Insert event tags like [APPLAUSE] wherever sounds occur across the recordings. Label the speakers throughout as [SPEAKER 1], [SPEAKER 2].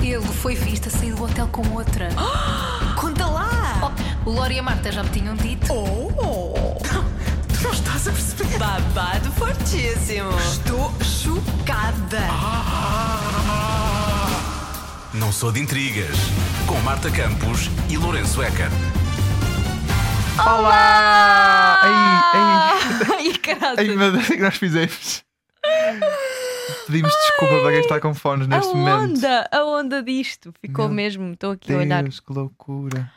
[SPEAKER 1] Ele foi visto a sair do hotel com outra.
[SPEAKER 2] Conta lá!
[SPEAKER 1] Oh, o Lori e a Marta já me tinham dito.
[SPEAKER 2] Oh!
[SPEAKER 3] [LAUGHS] Tu não estás a perceber?
[SPEAKER 2] Babado fortíssimo!
[SPEAKER 3] Estou chocada.
[SPEAKER 4] Não sou de intrigas. Com Marta Campos e Lourenço Eker.
[SPEAKER 5] Olá! Aí,
[SPEAKER 2] Ah, [LAUGHS] Ai, caralho!
[SPEAKER 5] aí, aí, meu Deus, o que é que nós fizemos? Pedimos desculpa para quem está com fones
[SPEAKER 2] A
[SPEAKER 5] neste momento.
[SPEAKER 2] onda, a onda disto ficou
[SPEAKER 5] Meu
[SPEAKER 2] mesmo. Estou aqui a olhar.
[SPEAKER 5] Deus, que loucura.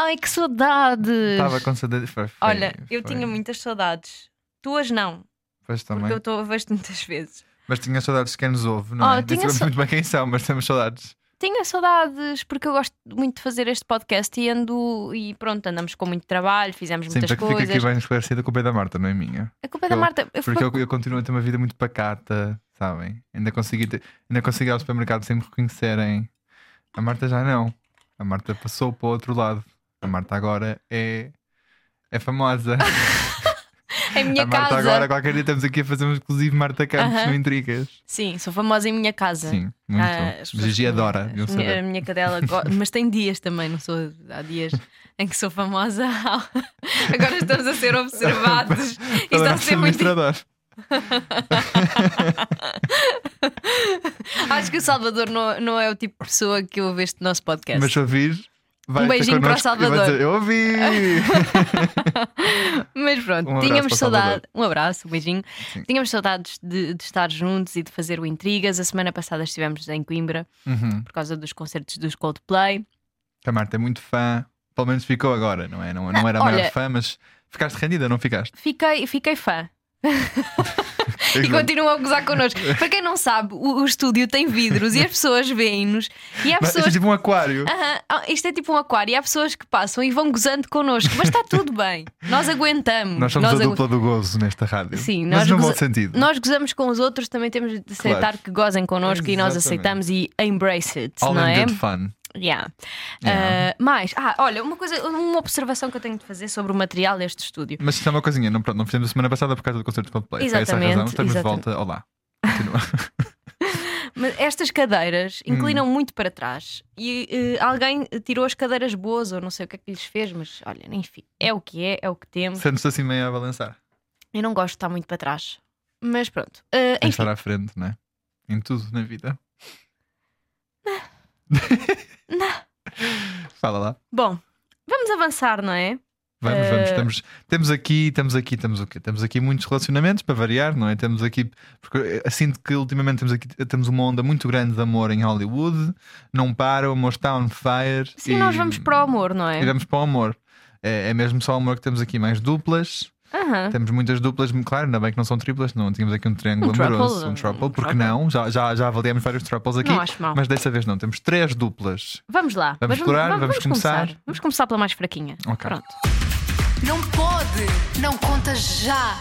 [SPEAKER 2] Ai, que saudades!
[SPEAKER 5] Estava com saudade. Foi, foi-
[SPEAKER 2] Olha, eu
[SPEAKER 5] foi-
[SPEAKER 2] tinha muitas saudades. Tuas não,
[SPEAKER 5] Pois também.
[SPEAKER 2] porque eu, tô- eu vejo-te muitas vezes.
[SPEAKER 5] Mas tinha saudades de quem nos ouve, não
[SPEAKER 2] Oh,
[SPEAKER 5] é? Nem
[SPEAKER 2] tinha
[SPEAKER 5] sabemos
[SPEAKER 2] sa-
[SPEAKER 5] muito bem quem são, mas temos saudades.
[SPEAKER 2] Tinha saudades porque eu gosto muito de fazer este podcast e ando e pronto, andamos com muito trabalho, fizemos
[SPEAKER 5] Sim,
[SPEAKER 2] muitas
[SPEAKER 5] para que fique aqui
[SPEAKER 2] coisas.
[SPEAKER 5] bem esclarecida, a culpa é da Marta, não é minha.
[SPEAKER 2] A culpa é da
[SPEAKER 5] eu-
[SPEAKER 2] Marta. Eu
[SPEAKER 5] Porque
[SPEAKER 2] fui-
[SPEAKER 5] eu, eu continuo a ter uma vida muito pacata, sabem? Ainda consegui, ter- ainda consegui ir ao supermercado sem me reconhecerem. A Marta já não. A Marta passou para o outro lado. A Marta agora é. É famosa.
[SPEAKER 2] [LAUGHS] Em minha
[SPEAKER 5] a Marta
[SPEAKER 2] casa.
[SPEAKER 5] agora, qualquer dia, estamos aqui a fazer um exclusivo Marta Campos
[SPEAKER 2] Aham.
[SPEAKER 5] no Intrigas.
[SPEAKER 2] Sim, sou famosa em minha casa.
[SPEAKER 5] Sim, muito.
[SPEAKER 2] Ah, as pessoas
[SPEAKER 5] Gigi
[SPEAKER 2] que-
[SPEAKER 5] adora, deviam
[SPEAKER 2] as minha- A
[SPEAKER 5] saber.
[SPEAKER 2] minha cadela, go- [LAUGHS] mas tem dias também, não sou há dias em que sou famosa. [LAUGHS] Agora estamos a
[SPEAKER 5] [LAUGHS]
[SPEAKER 2] ser observados. Isto
[SPEAKER 5] Ela é
[SPEAKER 2] está a
[SPEAKER 5] nossa
[SPEAKER 2] ser muito.
[SPEAKER 5] administradora.
[SPEAKER 2] Acho que o Salvador não, não é o tipo de pessoa que ouve este nosso podcast.
[SPEAKER 5] Mas se ouvir, vai
[SPEAKER 2] Um
[SPEAKER 5] ter
[SPEAKER 2] beijinho para o
[SPEAKER 5] connosco e vai
[SPEAKER 2] Salvador.
[SPEAKER 5] dizer, Eu ouvi!
[SPEAKER 2] [LAUGHS] Mas pronto,
[SPEAKER 5] Um abraço para
[SPEAKER 2] tínhamos
[SPEAKER 5] o Salvador.
[SPEAKER 2] saudade. Um abraço, um beijinho.
[SPEAKER 5] Sim.
[SPEAKER 2] Tínhamos saudades de, de estar juntos e de fazer o Intrigas. A semana passada estivemos em Coimbra
[SPEAKER 5] Uhum.
[SPEAKER 2] por causa dos concertos dos Coldplay.
[SPEAKER 5] Que a Marta é muito fã. Pelo menos ficou agora, não é? Não, não era a
[SPEAKER 2] olha-
[SPEAKER 5] maior fã, mas ficaste rendida, não ficaste?
[SPEAKER 2] Fiquei, fiquei fã. E continuam a gozar connosco. Para quem não sabe, o, o estúdio tem vidros e as pessoas veem-nos. E há
[SPEAKER 5] Mas
[SPEAKER 2] pessoas.
[SPEAKER 5] é tipo um aquário.
[SPEAKER 2] Aham, ah, isto é tipo um aquário e há pessoas que passam e vão gozando connosco. Mas está tudo bem. Nós aguentamos.
[SPEAKER 5] Nós somos a
[SPEAKER 2] agu-
[SPEAKER 5] dupla do gozo nesta rádio.
[SPEAKER 2] é Sim,
[SPEAKER 5] mas
[SPEAKER 2] nós
[SPEAKER 5] no
[SPEAKER 2] goza-
[SPEAKER 5] bom sentido.
[SPEAKER 2] Nós gozamos com os outros, também temos de aceitar
[SPEAKER 5] Claro.
[SPEAKER 2] que gozem connosco e nós
[SPEAKER 5] Exatamente.
[SPEAKER 2] aceitamos e embrace it,
[SPEAKER 5] All
[SPEAKER 2] não
[SPEAKER 5] in
[SPEAKER 2] é?
[SPEAKER 5] good fun.
[SPEAKER 2] Yeah.
[SPEAKER 5] Yeah.
[SPEAKER 2] Ah, mais, ah, olha, uma coisa, uma observação que eu tenho de fazer sobre o material deste estúdio.
[SPEAKER 5] Mas isto é uma coisinha, não, pronto, não fizemos a semana passada por causa do concerto de Coldplay. Foi essa a
[SPEAKER 2] Exatamente,
[SPEAKER 5] razão. Estamos
[SPEAKER 2] exatamente.
[SPEAKER 5] de volta. Olá.
[SPEAKER 2] [LAUGHS]
[SPEAKER 5] Continua.
[SPEAKER 2] Mas estas cadeiras inclinam
[SPEAKER 5] Hum.
[SPEAKER 2] muito para trás e eh, alguém tirou as cadeiras boas, ou não sei o que é que lhes fez, mas olha, enfim, é o que é, é o que temos.
[SPEAKER 5] Sentes-te assim meio a balançar.
[SPEAKER 2] Eu não gosto de estar muito para trás. Mas pronto.
[SPEAKER 5] Tens
[SPEAKER 2] Eh,
[SPEAKER 5] de
[SPEAKER 2] enfim,
[SPEAKER 5] estar à frente, não é? Em tudo na vida. [LAUGHS] Fala lá.
[SPEAKER 2] bom, vamos avançar, não é?
[SPEAKER 5] Vamos, vamos.
[SPEAKER 2] Eh,
[SPEAKER 5] Temos, temos aqui, temos aqui, temos o quê? Temos aqui muitos relacionamentos para variar, não é? Temos aqui, porque eh, sinto que ultimamente temos aqui temos uma onda muito grande de amor em Hollywood, não para, o amor está on fire.
[SPEAKER 2] Sim, nós vamos para o amor, não é?
[SPEAKER 5] E vamos para o amor. É, é mesmo só o amor que temos aqui, mais duplas.
[SPEAKER 2] Aham.
[SPEAKER 5] Temos muitas duplas, claro, ainda bem que não são triplas, não tínhamos aqui um triângulo
[SPEAKER 2] Um triple,
[SPEAKER 5] amoroso,
[SPEAKER 2] um
[SPEAKER 5] um triple, porque
[SPEAKER 2] triple.
[SPEAKER 5] não? Já, já, já avaliamos vários triples aqui,
[SPEAKER 2] Não acho mal.
[SPEAKER 5] mas dessa vez não, temos três duplas.
[SPEAKER 2] Vamos lá.
[SPEAKER 5] Vamos
[SPEAKER 2] Mas
[SPEAKER 5] explorar, vamos começar.
[SPEAKER 2] Vamos começar pela mais fraquinha.
[SPEAKER 5] Ok.
[SPEAKER 2] Pronto.
[SPEAKER 1] Não pode! Não conta já!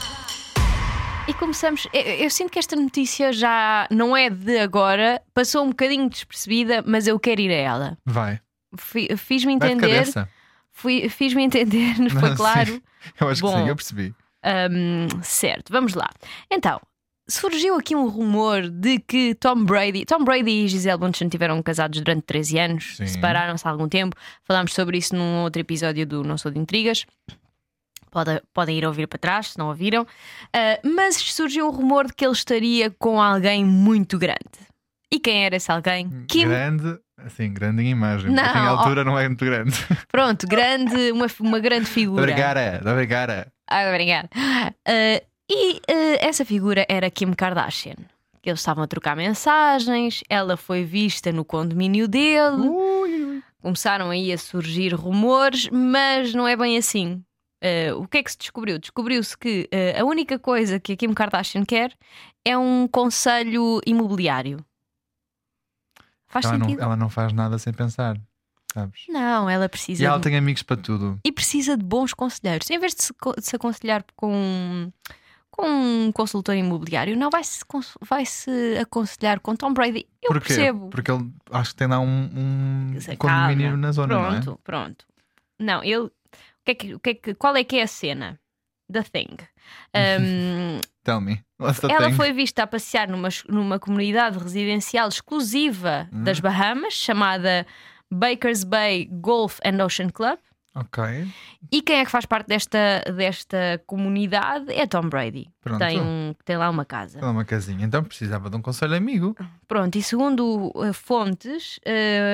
[SPEAKER 2] E começamos. Eu, eu sinto que esta notícia já não é de agora, passou um bocadinho despercebida, mas eu quero ir a ela.
[SPEAKER 5] Vai,
[SPEAKER 2] Fi- Fiz-me
[SPEAKER 5] vai de
[SPEAKER 2] entender.
[SPEAKER 5] cabeça.
[SPEAKER 2] fui- Fiz-me entender, [LAUGHS]
[SPEAKER 5] Não, Ah,
[SPEAKER 2] foi
[SPEAKER 5] sim.
[SPEAKER 2] claro.
[SPEAKER 5] Eu acho
[SPEAKER 2] Bom.
[SPEAKER 5] que sim, eu percebi.
[SPEAKER 2] Hum, certo, vamos lá. Então, surgiu aqui um rumor de que Tom Brady, Tom Brady e Gisele Bundchen tiveram casados durante 13 anos,
[SPEAKER 5] Sim.
[SPEAKER 2] separaram-se há algum tempo. Falámos sobre isso num outro episódio do Não Sou de Intrigas. Pode- podem ir ouvir para trás se não ouviram. Ah, mas surgiu um rumor de que ele estaria com alguém muito grande. E quem era esse alguém?
[SPEAKER 5] Hum,
[SPEAKER 2] Kim
[SPEAKER 5] Grande, assim, grande em imagem.
[SPEAKER 2] Não,
[SPEAKER 5] porque em
[SPEAKER 2] ó.
[SPEAKER 5] altura não é muito grande.
[SPEAKER 2] [LAUGHS] Pronto, grande, uma, uma grande figura.
[SPEAKER 5] Obrigada, obrigada.
[SPEAKER 2] Ah, obrigada. Ah, e ah, essa figura era Kim Kardashian. Eles estavam a trocar mensagens, ela foi vista no condomínio
[SPEAKER 5] Hum?
[SPEAKER 2] dele, começaram aí a surgir rumores, mas não é bem assim. Ah, o que é que se descobriu? Descobriu-se que ah, a única coisa que a Kim Kardashian quer é um conselho imobiliário. Faz
[SPEAKER 5] Ela não,
[SPEAKER 2] sentido?
[SPEAKER 5] ela não faz nada sem pensar, sabes?
[SPEAKER 2] Não, ela precisa
[SPEAKER 5] E ela
[SPEAKER 2] de-
[SPEAKER 5] tem amigos para tudo.
[SPEAKER 2] e precisa de bons conselheiros. Em vez de se, co- de se aconselhar com, com um consultor imobiliário, não vai se, vai -se aconselhar com Tom Brady. Eu
[SPEAKER 5] Porquê?
[SPEAKER 2] percebo.
[SPEAKER 5] Porque ele acho que tem lá um, um
[SPEAKER 2] Calma.
[SPEAKER 5] condomínio na zona,
[SPEAKER 2] pronto, pronto. Não, ele. O que é que, o que é que- qual é que é a cena?
[SPEAKER 5] [LAUGHS]
[SPEAKER 2] The Thing. Um,
[SPEAKER 5] Tell me. What's the
[SPEAKER 2] ela
[SPEAKER 5] thing?
[SPEAKER 2] foi vista a passear numa, es- numa comunidade residencial exclusiva
[SPEAKER 5] Hum.
[SPEAKER 2] das Bahamas, chamada Bakers Bay Golf and Ocean Club.
[SPEAKER 5] Ok.
[SPEAKER 2] E quem é que faz parte desta, desta comunidade é Tom Brady.
[SPEAKER 5] Pronto.
[SPEAKER 2] Tem, um- tem lá uma casa.
[SPEAKER 5] Ela é uma casinha. Então precisava de um conselho amigo.
[SPEAKER 2] Ah, Pronto, e segundo eh, fontes,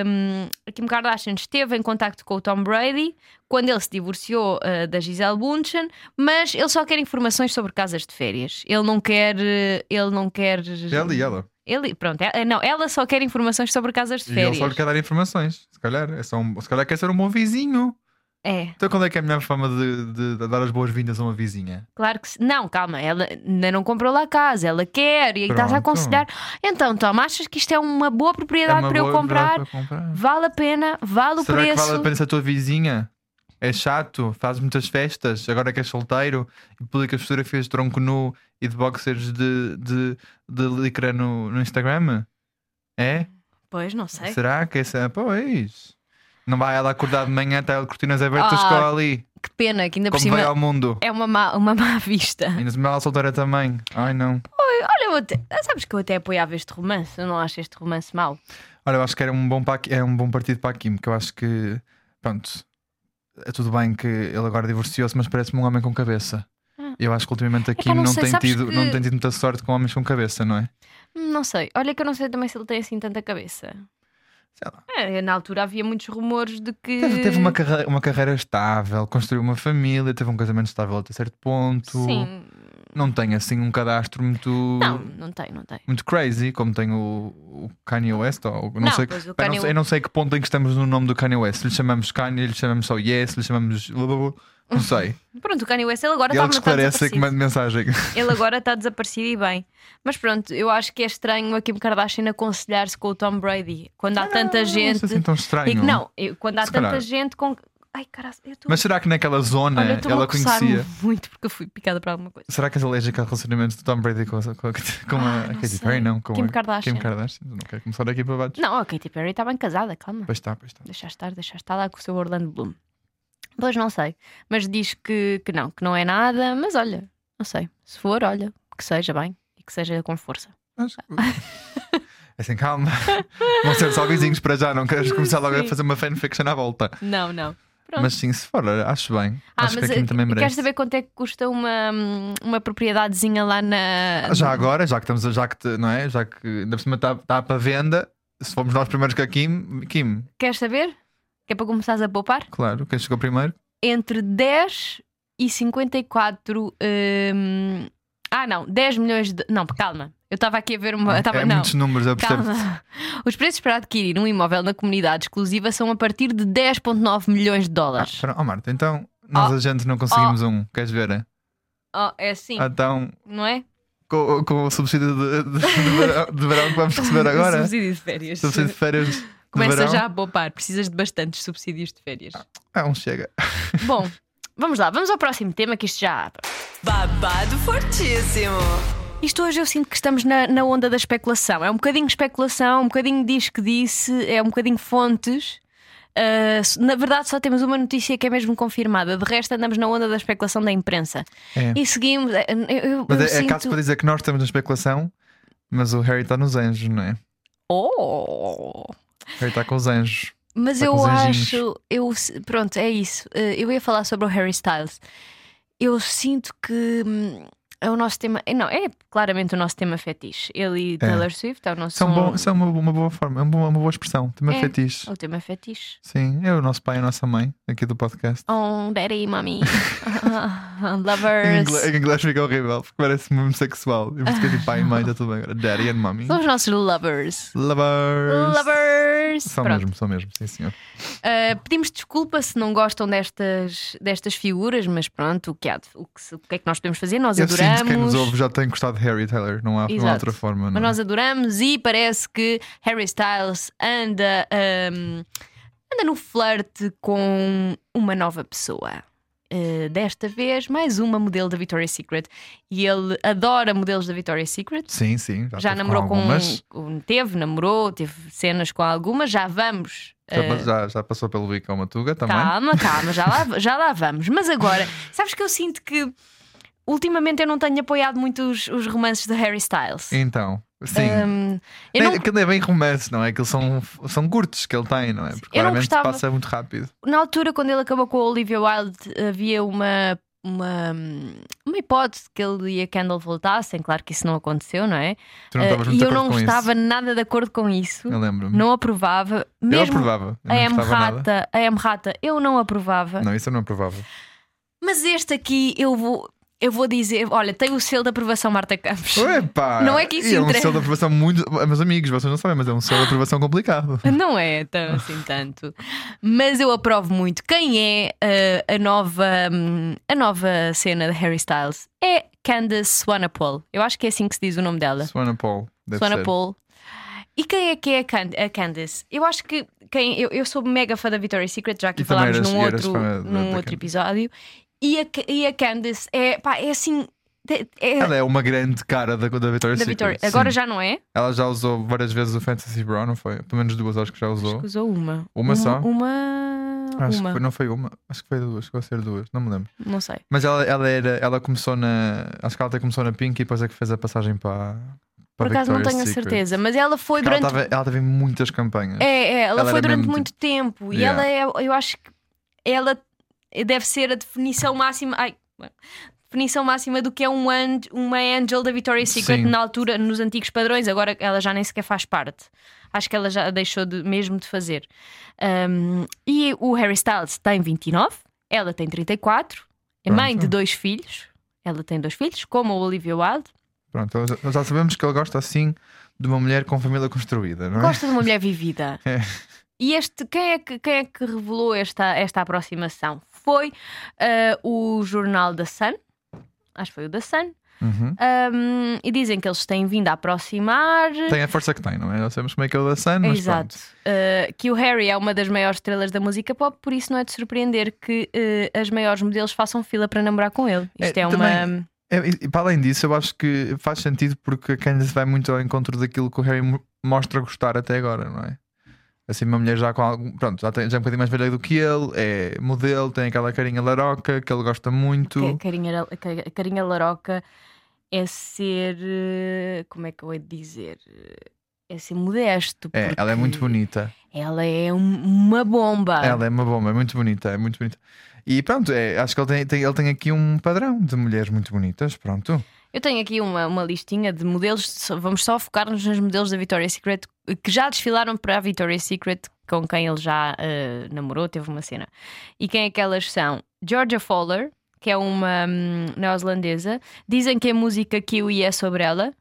[SPEAKER 2] hum, a Kim Kardashian esteve em contacto com o Tom Brady quando ele se divorciou eh, da Gisele Bundchen, mas ele só quer informações sobre casas de férias. Ele não quer. eh, Ele não quer.
[SPEAKER 5] Ela e ela.
[SPEAKER 2] Ele- pronto, eh, não, ela só quer informações sobre casas de
[SPEAKER 5] E ele
[SPEAKER 2] férias.
[SPEAKER 5] só lhe quer dar informações. Se calhar, é só um- se calhar quer ser um bom vizinho.
[SPEAKER 2] É,
[SPEAKER 5] Então quando é que é a melhor forma de, de- de dar as boas-vindas a uma vizinha?
[SPEAKER 2] claro que se... Não, calma, ela ainda não comprou lá a casa, ela quer e estás
[SPEAKER 5] Pronto.
[SPEAKER 2] a aconselhar. Então, Tom, achas que isto é uma boa
[SPEAKER 5] É
[SPEAKER 2] propriedade
[SPEAKER 5] uma
[SPEAKER 2] para eu
[SPEAKER 5] boa
[SPEAKER 2] comprar?
[SPEAKER 5] verdade para comprar.
[SPEAKER 2] Vale a pena, vale o
[SPEAKER 5] Será
[SPEAKER 2] preço.
[SPEAKER 5] que vale a pena ser a tua vizinha? É chato, faz muitas festas, agora que és solteiro e publicas fotografias de tronco nu e de boxers de, de, de lycra no, no Instagram? É?
[SPEAKER 2] Pois, não sei.
[SPEAKER 5] Será que essa. Pois. Não vai ela acordar de manhã, está ele de cortinas abertas
[SPEAKER 2] Ah,
[SPEAKER 5] com ela ali,
[SPEAKER 2] Que pena que ainda por
[SPEAKER 5] como
[SPEAKER 2] cima
[SPEAKER 5] veio ao mundo.
[SPEAKER 2] é uma má, uma má [LAUGHS] vista.
[SPEAKER 5] Ainda se ela solteira também. Ai não.
[SPEAKER 2] Oi, olha, eu até, sabes que eu até apoiava este romance, eu não acho este romance mau.
[SPEAKER 5] Olha, eu acho que era um bom, pa- é um bom partido para a Kim, que eu acho que. Pronto. É tudo bem que ele agora divorciou-se, mas parece-me um homem com cabeça. Eu acho que ultimamente a
[SPEAKER 2] pá,
[SPEAKER 5] Kim
[SPEAKER 2] Ah. não
[SPEAKER 5] não,
[SPEAKER 2] sei,
[SPEAKER 5] tem
[SPEAKER 2] sabes
[SPEAKER 5] tido,
[SPEAKER 2] que-
[SPEAKER 5] não tem tido muita sorte com homens com cabeça, não é?
[SPEAKER 2] Hum, Não sei, olha que eu não sei também se ele tem assim tanta cabeça.
[SPEAKER 5] Sei lá.
[SPEAKER 2] É, na altura havia muitos rumores de que.
[SPEAKER 5] Teve, teve uma, carreira, uma carreira estável, construiu uma família, teve um casamento estável até certo ponto.
[SPEAKER 2] Sim,
[SPEAKER 5] Não tem assim um cadastro muito.
[SPEAKER 2] não, não tem, não tem.
[SPEAKER 5] Muito crazy, como tem o, o Kanye West, ou não,
[SPEAKER 2] Não,
[SPEAKER 5] sei,
[SPEAKER 2] pois o
[SPEAKER 5] pá, não
[SPEAKER 2] Kanye-
[SPEAKER 5] sei- eu não sei que ponto em que estamos no nome do Kanye West. Se lhe chamamos Kanye, lhe chamamos só Yes, lhe chamamos. blá, blá, blá. Não sei.
[SPEAKER 2] Pronto, o Kanye West ele agora
[SPEAKER 5] E ele que
[SPEAKER 2] está
[SPEAKER 5] esclarece que
[SPEAKER 2] desaparecido.
[SPEAKER 5] manda mensagem. [LAUGHS]
[SPEAKER 2] Ele agora está desaparecido e bem. Mas pronto, eu acho que é estranho a Kim Kardashian aconselhar-se com o Tom Brady quando há tanta
[SPEAKER 5] Não
[SPEAKER 2] gente.
[SPEAKER 5] sei se é tão
[SPEAKER 2] E-
[SPEAKER 5] estranho.
[SPEAKER 2] não, eu- quando há
[SPEAKER 5] Se
[SPEAKER 2] tanta
[SPEAKER 5] calhar.
[SPEAKER 2] gente com. Ai, caralho, eu estou.
[SPEAKER 5] Mas será que naquela zona
[SPEAKER 2] Olha, eu estou
[SPEAKER 5] ela
[SPEAKER 2] a coçar-me
[SPEAKER 5] conhecia?
[SPEAKER 2] muito porque eu fui picada por alguma coisa.
[SPEAKER 5] Será que és alérgica ao relacionamento do Tom Brady com, a- com, a- com
[SPEAKER 2] Ah,
[SPEAKER 5] a
[SPEAKER 2] não
[SPEAKER 5] Katy
[SPEAKER 2] sei.
[SPEAKER 5] Perry? Não, com
[SPEAKER 2] Kim
[SPEAKER 5] a
[SPEAKER 2] Kardashian.
[SPEAKER 5] Kim Kardashian. Não quero começar aqui para baixo.
[SPEAKER 2] Não, tipo, a Katy Perry está bem casada, calma.
[SPEAKER 5] Pois está, pois está.
[SPEAKER 2] Deixa estar, deixa estar lá com o seu Orlando Bloom. Pois não sei. Mas diz que, que não, que não é nada. Mas olha, não sei. Se for, olha, que seja bem e que seja com força. [LAUGHS]
[SPEAKER 5] Mas- [LAUGHS] assim, calma. Vão ser só vizinhos para já, não queres começar logo a
[SPEAKER 2] Ah. Sim.
[SPEAKER 5] fazer uma fanfiction à volta.
[SPEAKER 2] Não, não. Pronto.
[SPEAKER 5] Mas sim, se for, olha, acho bem.
[SPEAKER 2] ah,
[SPEAKER 5] acho
[SPEAKER 2] mas
[SPEAKER 5] que a Kim
[SPEAKER 2] eh,
[SPEAKER 5] também merece.
[SPEAKER 2] queres saber quanto é que custa uma, hum, uma propriedadezinha lá na.
[SPEAKER 5] Ah, Já agora, já que estamos a, já que, te- não é? Já que ainda por cima está está para venda, se fomos nós primeiros que a Kim, Kim,
[SPEAKER 2] Queres saber? Que é para começares a poupar?
[SPEAKER 5] claro, quem chegou primeiro?
[SPEAKER 2] Entre 10 e 54. hum, Ah, não, 10 milhões de. Não, calma. Eu estava aqui a ver uma. eu estava-
[SPEAKER 5] é
[SPEAKER 2] não.
[SPEAKER 5] muitos números, eu percebo.
[SPEAKER 2] Calma. [LAUGHS] Os preços para adquirir um imóvel na comunidade exclusiva são a partir de 10,9 milhões de
[SPEAKER 5] Ah,
[SPEAKER 2] dólares.
[SPEAKER 5] espera, oh, Marta, então nós
[SPEAKER 2] Oh.
[SPEAKER 5] a gente não conseguimos um, queres ver? é?
[SPEAKER 2] Oh, é assim,
[SPEAKER 5] Então,
[SPEAKER 2] não é?
[SPEAKER 5] com, com o subsídio de, de- de verão, de verão que vamos
[SPEAKER 2] [LAUGHS]
[SPEAKER 5] receber agora,
[SPEAKER 2] Subsídio de férias.
[SPEAKER 5] subsídio de férias de
[SPEAKER 2] Começa
[SPEAKER 5] verão,
[SPEAKER 2] já a poupar, precisas de bastantes subsídios de férias.
[SPEAKER 5] não um chega.
[SPEAKER 2] Bom, vamos lá, vamos ao próximo tema que isto já.
[SPEAKER 3] Babado fortíssimo.
[SPEAKER 2] Isto hoje eu sinto que estamos na, na onda da especulação. É um bocadinho especulação, um bocadinho diz que disse, é um bocadinho fontes. Ah, na verdade, só temos uma notícia que é mesmo confirmada. De resto, andamos na onda da especulação da imprensa.
[SPEAKER 5] É.
[SPEAKER 2] E seguimos. eh, Eu, eu-
[SPEAKER 5] Mas
[SPEAKER 2] eu
[SPEAKER 5] é, é
[SPEAKER 2] sinto...
[SPEAKER 5] caso para dizer que nós estamos na especulação, mas o Harry está nos anjos, não é?
[SPEAKER 2] Oh!
[SPEAKER 5] O Harry está com os anjos.
[SPEAKER 2] Mas
[SPEAKER 5] Tá com
[SPEAKER 2] eu
[SPEAKER 5] os anjinhos.
[SPEAKER 2] acho, eu se- pronto, é isso. Eh, Eu ia falar sobre o Harry Styles. Eu sinto que hum, é o nosso tema, eh, não, é claramente o nosso tema fetiche. Ele e Taylor Swift é o nosso
[SPEAKER 5] São, um bom, são uma, uma boa forma, é uma boa, uma boa expressão, também
[SPEAKER 2] É.
[SPEAKER 5] fetiche.
[SPEAKER 2] é o tema fetiche.
[SPEAKER 5] Sim, é o nosso pai e a nossa mãe aqui do podcast.
[SPEAKER 2] Oh, daddy,
[SPEAKER 5] [LAUGHS]
[SPEAKER 2] mommy, [LAUGHS]
[SPEAKER 5] Em
[SPEAKER 2] lovers.
[SPEAKER 5] inglês, em inglês fica horrível, porque parece mesmo sexual. Eu fico tipo pai e mãe, está tudo bem agora. Daddy and mommy.
[SPEAKER 2] São os nossos lovers.
[SPEAKER 5] Lovers.
[SPEAKER 2] Lovers!
[SPEAKER 5] São
[SPEAKER 2] Pronto.
[SPEAKER 5] mesmo, são mesmo, sim senhor.
[SPEAKER 2] Uh, pedimos desculpa se não gostam destas, destas figuras, mas pronto, o que, há de- o, que, se- o que é que nós podemos fazer? Nós
[SPEAKER 5] Eu
[SPEAKER 2] adoramos.
[SPEAKER 5] sinto que quem nos ouve já tem gostado de Harry Taylor, não há, não há
[SPEAKER 2] Exato.
[SPEAKER 5] outra forma. Não. é?
[SPEAKER 2] Mas nós adoramos e parece que Harry Styles anda, hum, anda no flerte com uma nova pessoa. Uh, desta vez, mais uma modelo da Victoria's Secret. E ele adora modelos da Victoria's Secret.
[SPEAKER 5] Sim, sim. Já,
[SPEAKER 2] Já
[SPEAKER 5] Tá, teve
[SPEAKER 2] namorou com. um,
[SPEAKER 5] algumas,
[SPEAKER 2] com- Teve, namorou, teve cenas com algumas. Já vamos.
[SPEAKER 5] já-
[SPEAKER 2] uh,
[SPEAKER 5] já, já passou pelo Wicca uma Tuga também.
[SPEAKER 2] Calma, calma, já lá, já lá vamos. Mas agora, sabes que eu sinto que Ultimamente eu não tenho apoiado muito os, os romances de Harry Styles.
[SPEAKER 5] Então, sim.
[SPEAKER 2] Hum, eu
[SPEAKER 5] Nem-
[SPEAKER 2] não-
[SPEAKER 5] Aquilo é bem romance, não é? Aquilo são, são curtos que ele tem, não é? Porque
[SPEAKER 2] Eu não
[SPEAKER 5] claramente
[SPEAKER 2] gostava-
[SPEAKER 5] passa muito rápido.
[SPEAKER 2] na altura, quando ele acabou com a Olivia Wilde, havia uma, uma, uma hipótese que ele e a Kendall voltassem. Claro que isso não aconteceu, não é?
[SPEAKER 5] Tu não
[SPEAKER 2] Ah,
[SPEAKER 5] estavas muito
[SPEAKER 2] e
[SPEAKER 5] de
[SPEAKER 2] eu
[SPEAKER 5] acordo
[SPEAKER 2] não
[SPEAKER 5] com
[SPEAKER 2] estava
[SPEAKER 5] isso.
[SPEAKER 2] nada de acordo com isso.
[SPEAKER 5] Eu lembro-me.
[SPEAKER 2] Não aprovava.
[SPEAKER 5] Eu
[SPEAKER 2] Mesmo
[SPEAKER 5] aprovava. Eu
[SPEAKER 2] a
[SPEAKER 5] não
[SPEAKER 2] M
[SPEAKER 5] gostava nada.
[SPEAKER 2] Rata, a M Rata, eu não aprovava.
[SPEAKER 5] Não, isso eu não aprovava.
[SPEAKER 2] Mas este aqui eu vou, eu vou dizer: olha, tem o selo de aprovação Marta Campos.
[SPEAKER 5] Epá!
[SPEAKER 2] Não é que isso
[SPEAKER 5] e é um
[SPEAKER 2] interessa.
[SPEAKER 5] selo de aprovação muito. Meus amigos, vocês não sabem, mas é um selo de aprovação complicado.
[SPEAKER 2] [LAUGHS] Não é tão assim tanto. Mas eu aprovo muito. Quem é ah, a nova, hum, a nova cena de Harry Styles? É Candace Swanepoel. Eu acho que é assim que se diz o nome dela.
[SPEAKER 5] Suana Paul. deve ser.
[SPEAKER 2] Swanepoel. E quem é que é a, Can a Candace? Eu acho que quem eu, eu sou mega fã da Victoria's Secret, já que
[SPEAKER 5] E também
[SPEAKER 2] falámos
[SPEAKER 5] eras-
[SPEAKER 2] num
[SPEAKER 5] eras
[SPEAKER 2] outro,
[SPEAKER 5] fã da- da
[SPEAKER 2] num outro
[SPEAKER 5] Candace.
[SPEAKER 2] episódio. E a, Ca- e a Candace é, pá, é assim. de- é-
[SPEAKER 5] Ela é uma grande cara da, da Victoria's
[SPEAKER 2] da
[SPEAKER 5] Secret.
[SPEAKER 2] Victoria. Agora
[SPEAKER 5] Sim.
[SPEAKER 2] já não é?
[SPEAKER 5] Ela já usou várias vezes o Fantasy Brown, não foi? Pelo menos duas, acho que já usou.
[SPEAKER 2] Acho que usou uma.
[SPEAKER 5] Uma só?
[SPEAKER 2] Uma.
[SPEAKER 5] Acho
[SPEAKER 2] uma.
[SPEAKER 5] que foi- não foi uma, acho que foi duas, chegou a ser duas, não me lembro.
[SPEAKER 2] não sei.
[SPEAKER 5] Mas ela, ela era, ela começou na. Acho que ela até começou na Pink e depois é que fez a passagem para.
[SPEAKER 2] Por
[SPEAKER 5] para
[SPEAKER 2] acaso não
[SPEAKER 5] Victoria's
[SPEAKER 2] tenho a
[SPEAKER 5] Secret.
[SPEAKER 2] certeza, mas ela foi
[SPEAKER 5] Porque Ela
[SPEAKER 2] durante.
[SPEAKER 5] estava ela tava em muitas campanhas.
[SPEAKER 2] É, é,
[SPEAKER 5] assim,
[SPEAKER 2] ela,
[SPEAKER 5] ela
[SPEAKER 2] foi
[SPEAKER 5] era
[SPEAKER 2] durante
[SPEAKER 5] mesmo
[SPEAKER 2] muito tempo e
[SPEAKER 5] Yeah.
[SPEAKER 2] ela é, eu acho que ela deve ser a definição máxima. Ai, definição máxima do que é um an- uma angel da Victoria's Secret
[SPEAKER 5] Sim.
[SPEAKER 2] na altura, nos antigos padrões, agora ela já nem sequer faz parte. Acho que ela já deixou de, mesmo de fazer. Um, e o Harry Styles tem 29, ela tem 34, é mãe
[SPEAKER 5] Pronto.
[SPEAKER 2] de dois filhos. Ela tem dois filhos, como a Olivia Wilde.
[SPEAKER 5] Pronto, nós- nós já sabemos que ele gosta assim de uma mulher com família construída, não é?
[SPEAKER 2] Gosta de uma mulher vivida.
[SPEAKER 5] [LAUGHS] É.
[SPEAKER 2] E este, quem, é que, quem é que revelou esta, esta aproximação? Foi ah, o jornal da Sun, acho que foi o da Sun,
[SPEAKER 5] Uhum.
[SPEAKER 2] Ahm, e dizem que eles têm vindo a aproximar.
[SPEAKER 5] Tem a força que tem, não é? Nós sabemos como é que ele é da Sun, mas
[SPEAKER 2] Exato. Ah, que o Harry é uma das maiores estrelas da música pop, por isso não é de surpreender que ah, as maiores modelos façam fila para namorar com ele. Isto é,
[SPEAKER 5] É,
[SPEAKER 2] uma.
[SPEAKER 5] também- pronto. É, e- e para além disso, eu acho que faz sentido porque a Candice vai muito ao encontro daquilo que o Harry mo- mostra gostar até agora, não é? Assim, uma mulher já com algum. Pronto, já, tem, já é um bocadinho mais velha do que ele, é modelo, tem aquela carinha laroca que ele gosta muito.
[SPEAKER 2] Ca- Carinha, ca- carinha Laroca é ser. eh, Como é que eu hei de dizer? É ser modesto.
[SPEAKER 5] É, ela é
[SPEAKER 2] porque
[SPEAKER 5] muito bonita.
[SPEAKER 2] Ela é um- uma bomba.
[SPEAKER 5] Ela é uma bomba, é muito bonita, é muito bonita. E pronto, é, acho que ele tem, tem- ele tem aqui um padrão de mulheres muito bonitas, pronto.
[SPEAKER 2] Eu tenho aqui uma, uma listinha de modelos, só- vamos só focar-nos nos modelos da Victoria's Secret que já desfilaram para a Victoria's Secret, com quem ele já eh, namorou, teve uma cena. E quem é que elas são? Georgia Fowler, que é uma hum, neozelandesa. Dizem que a música Kiwi é sobre ela,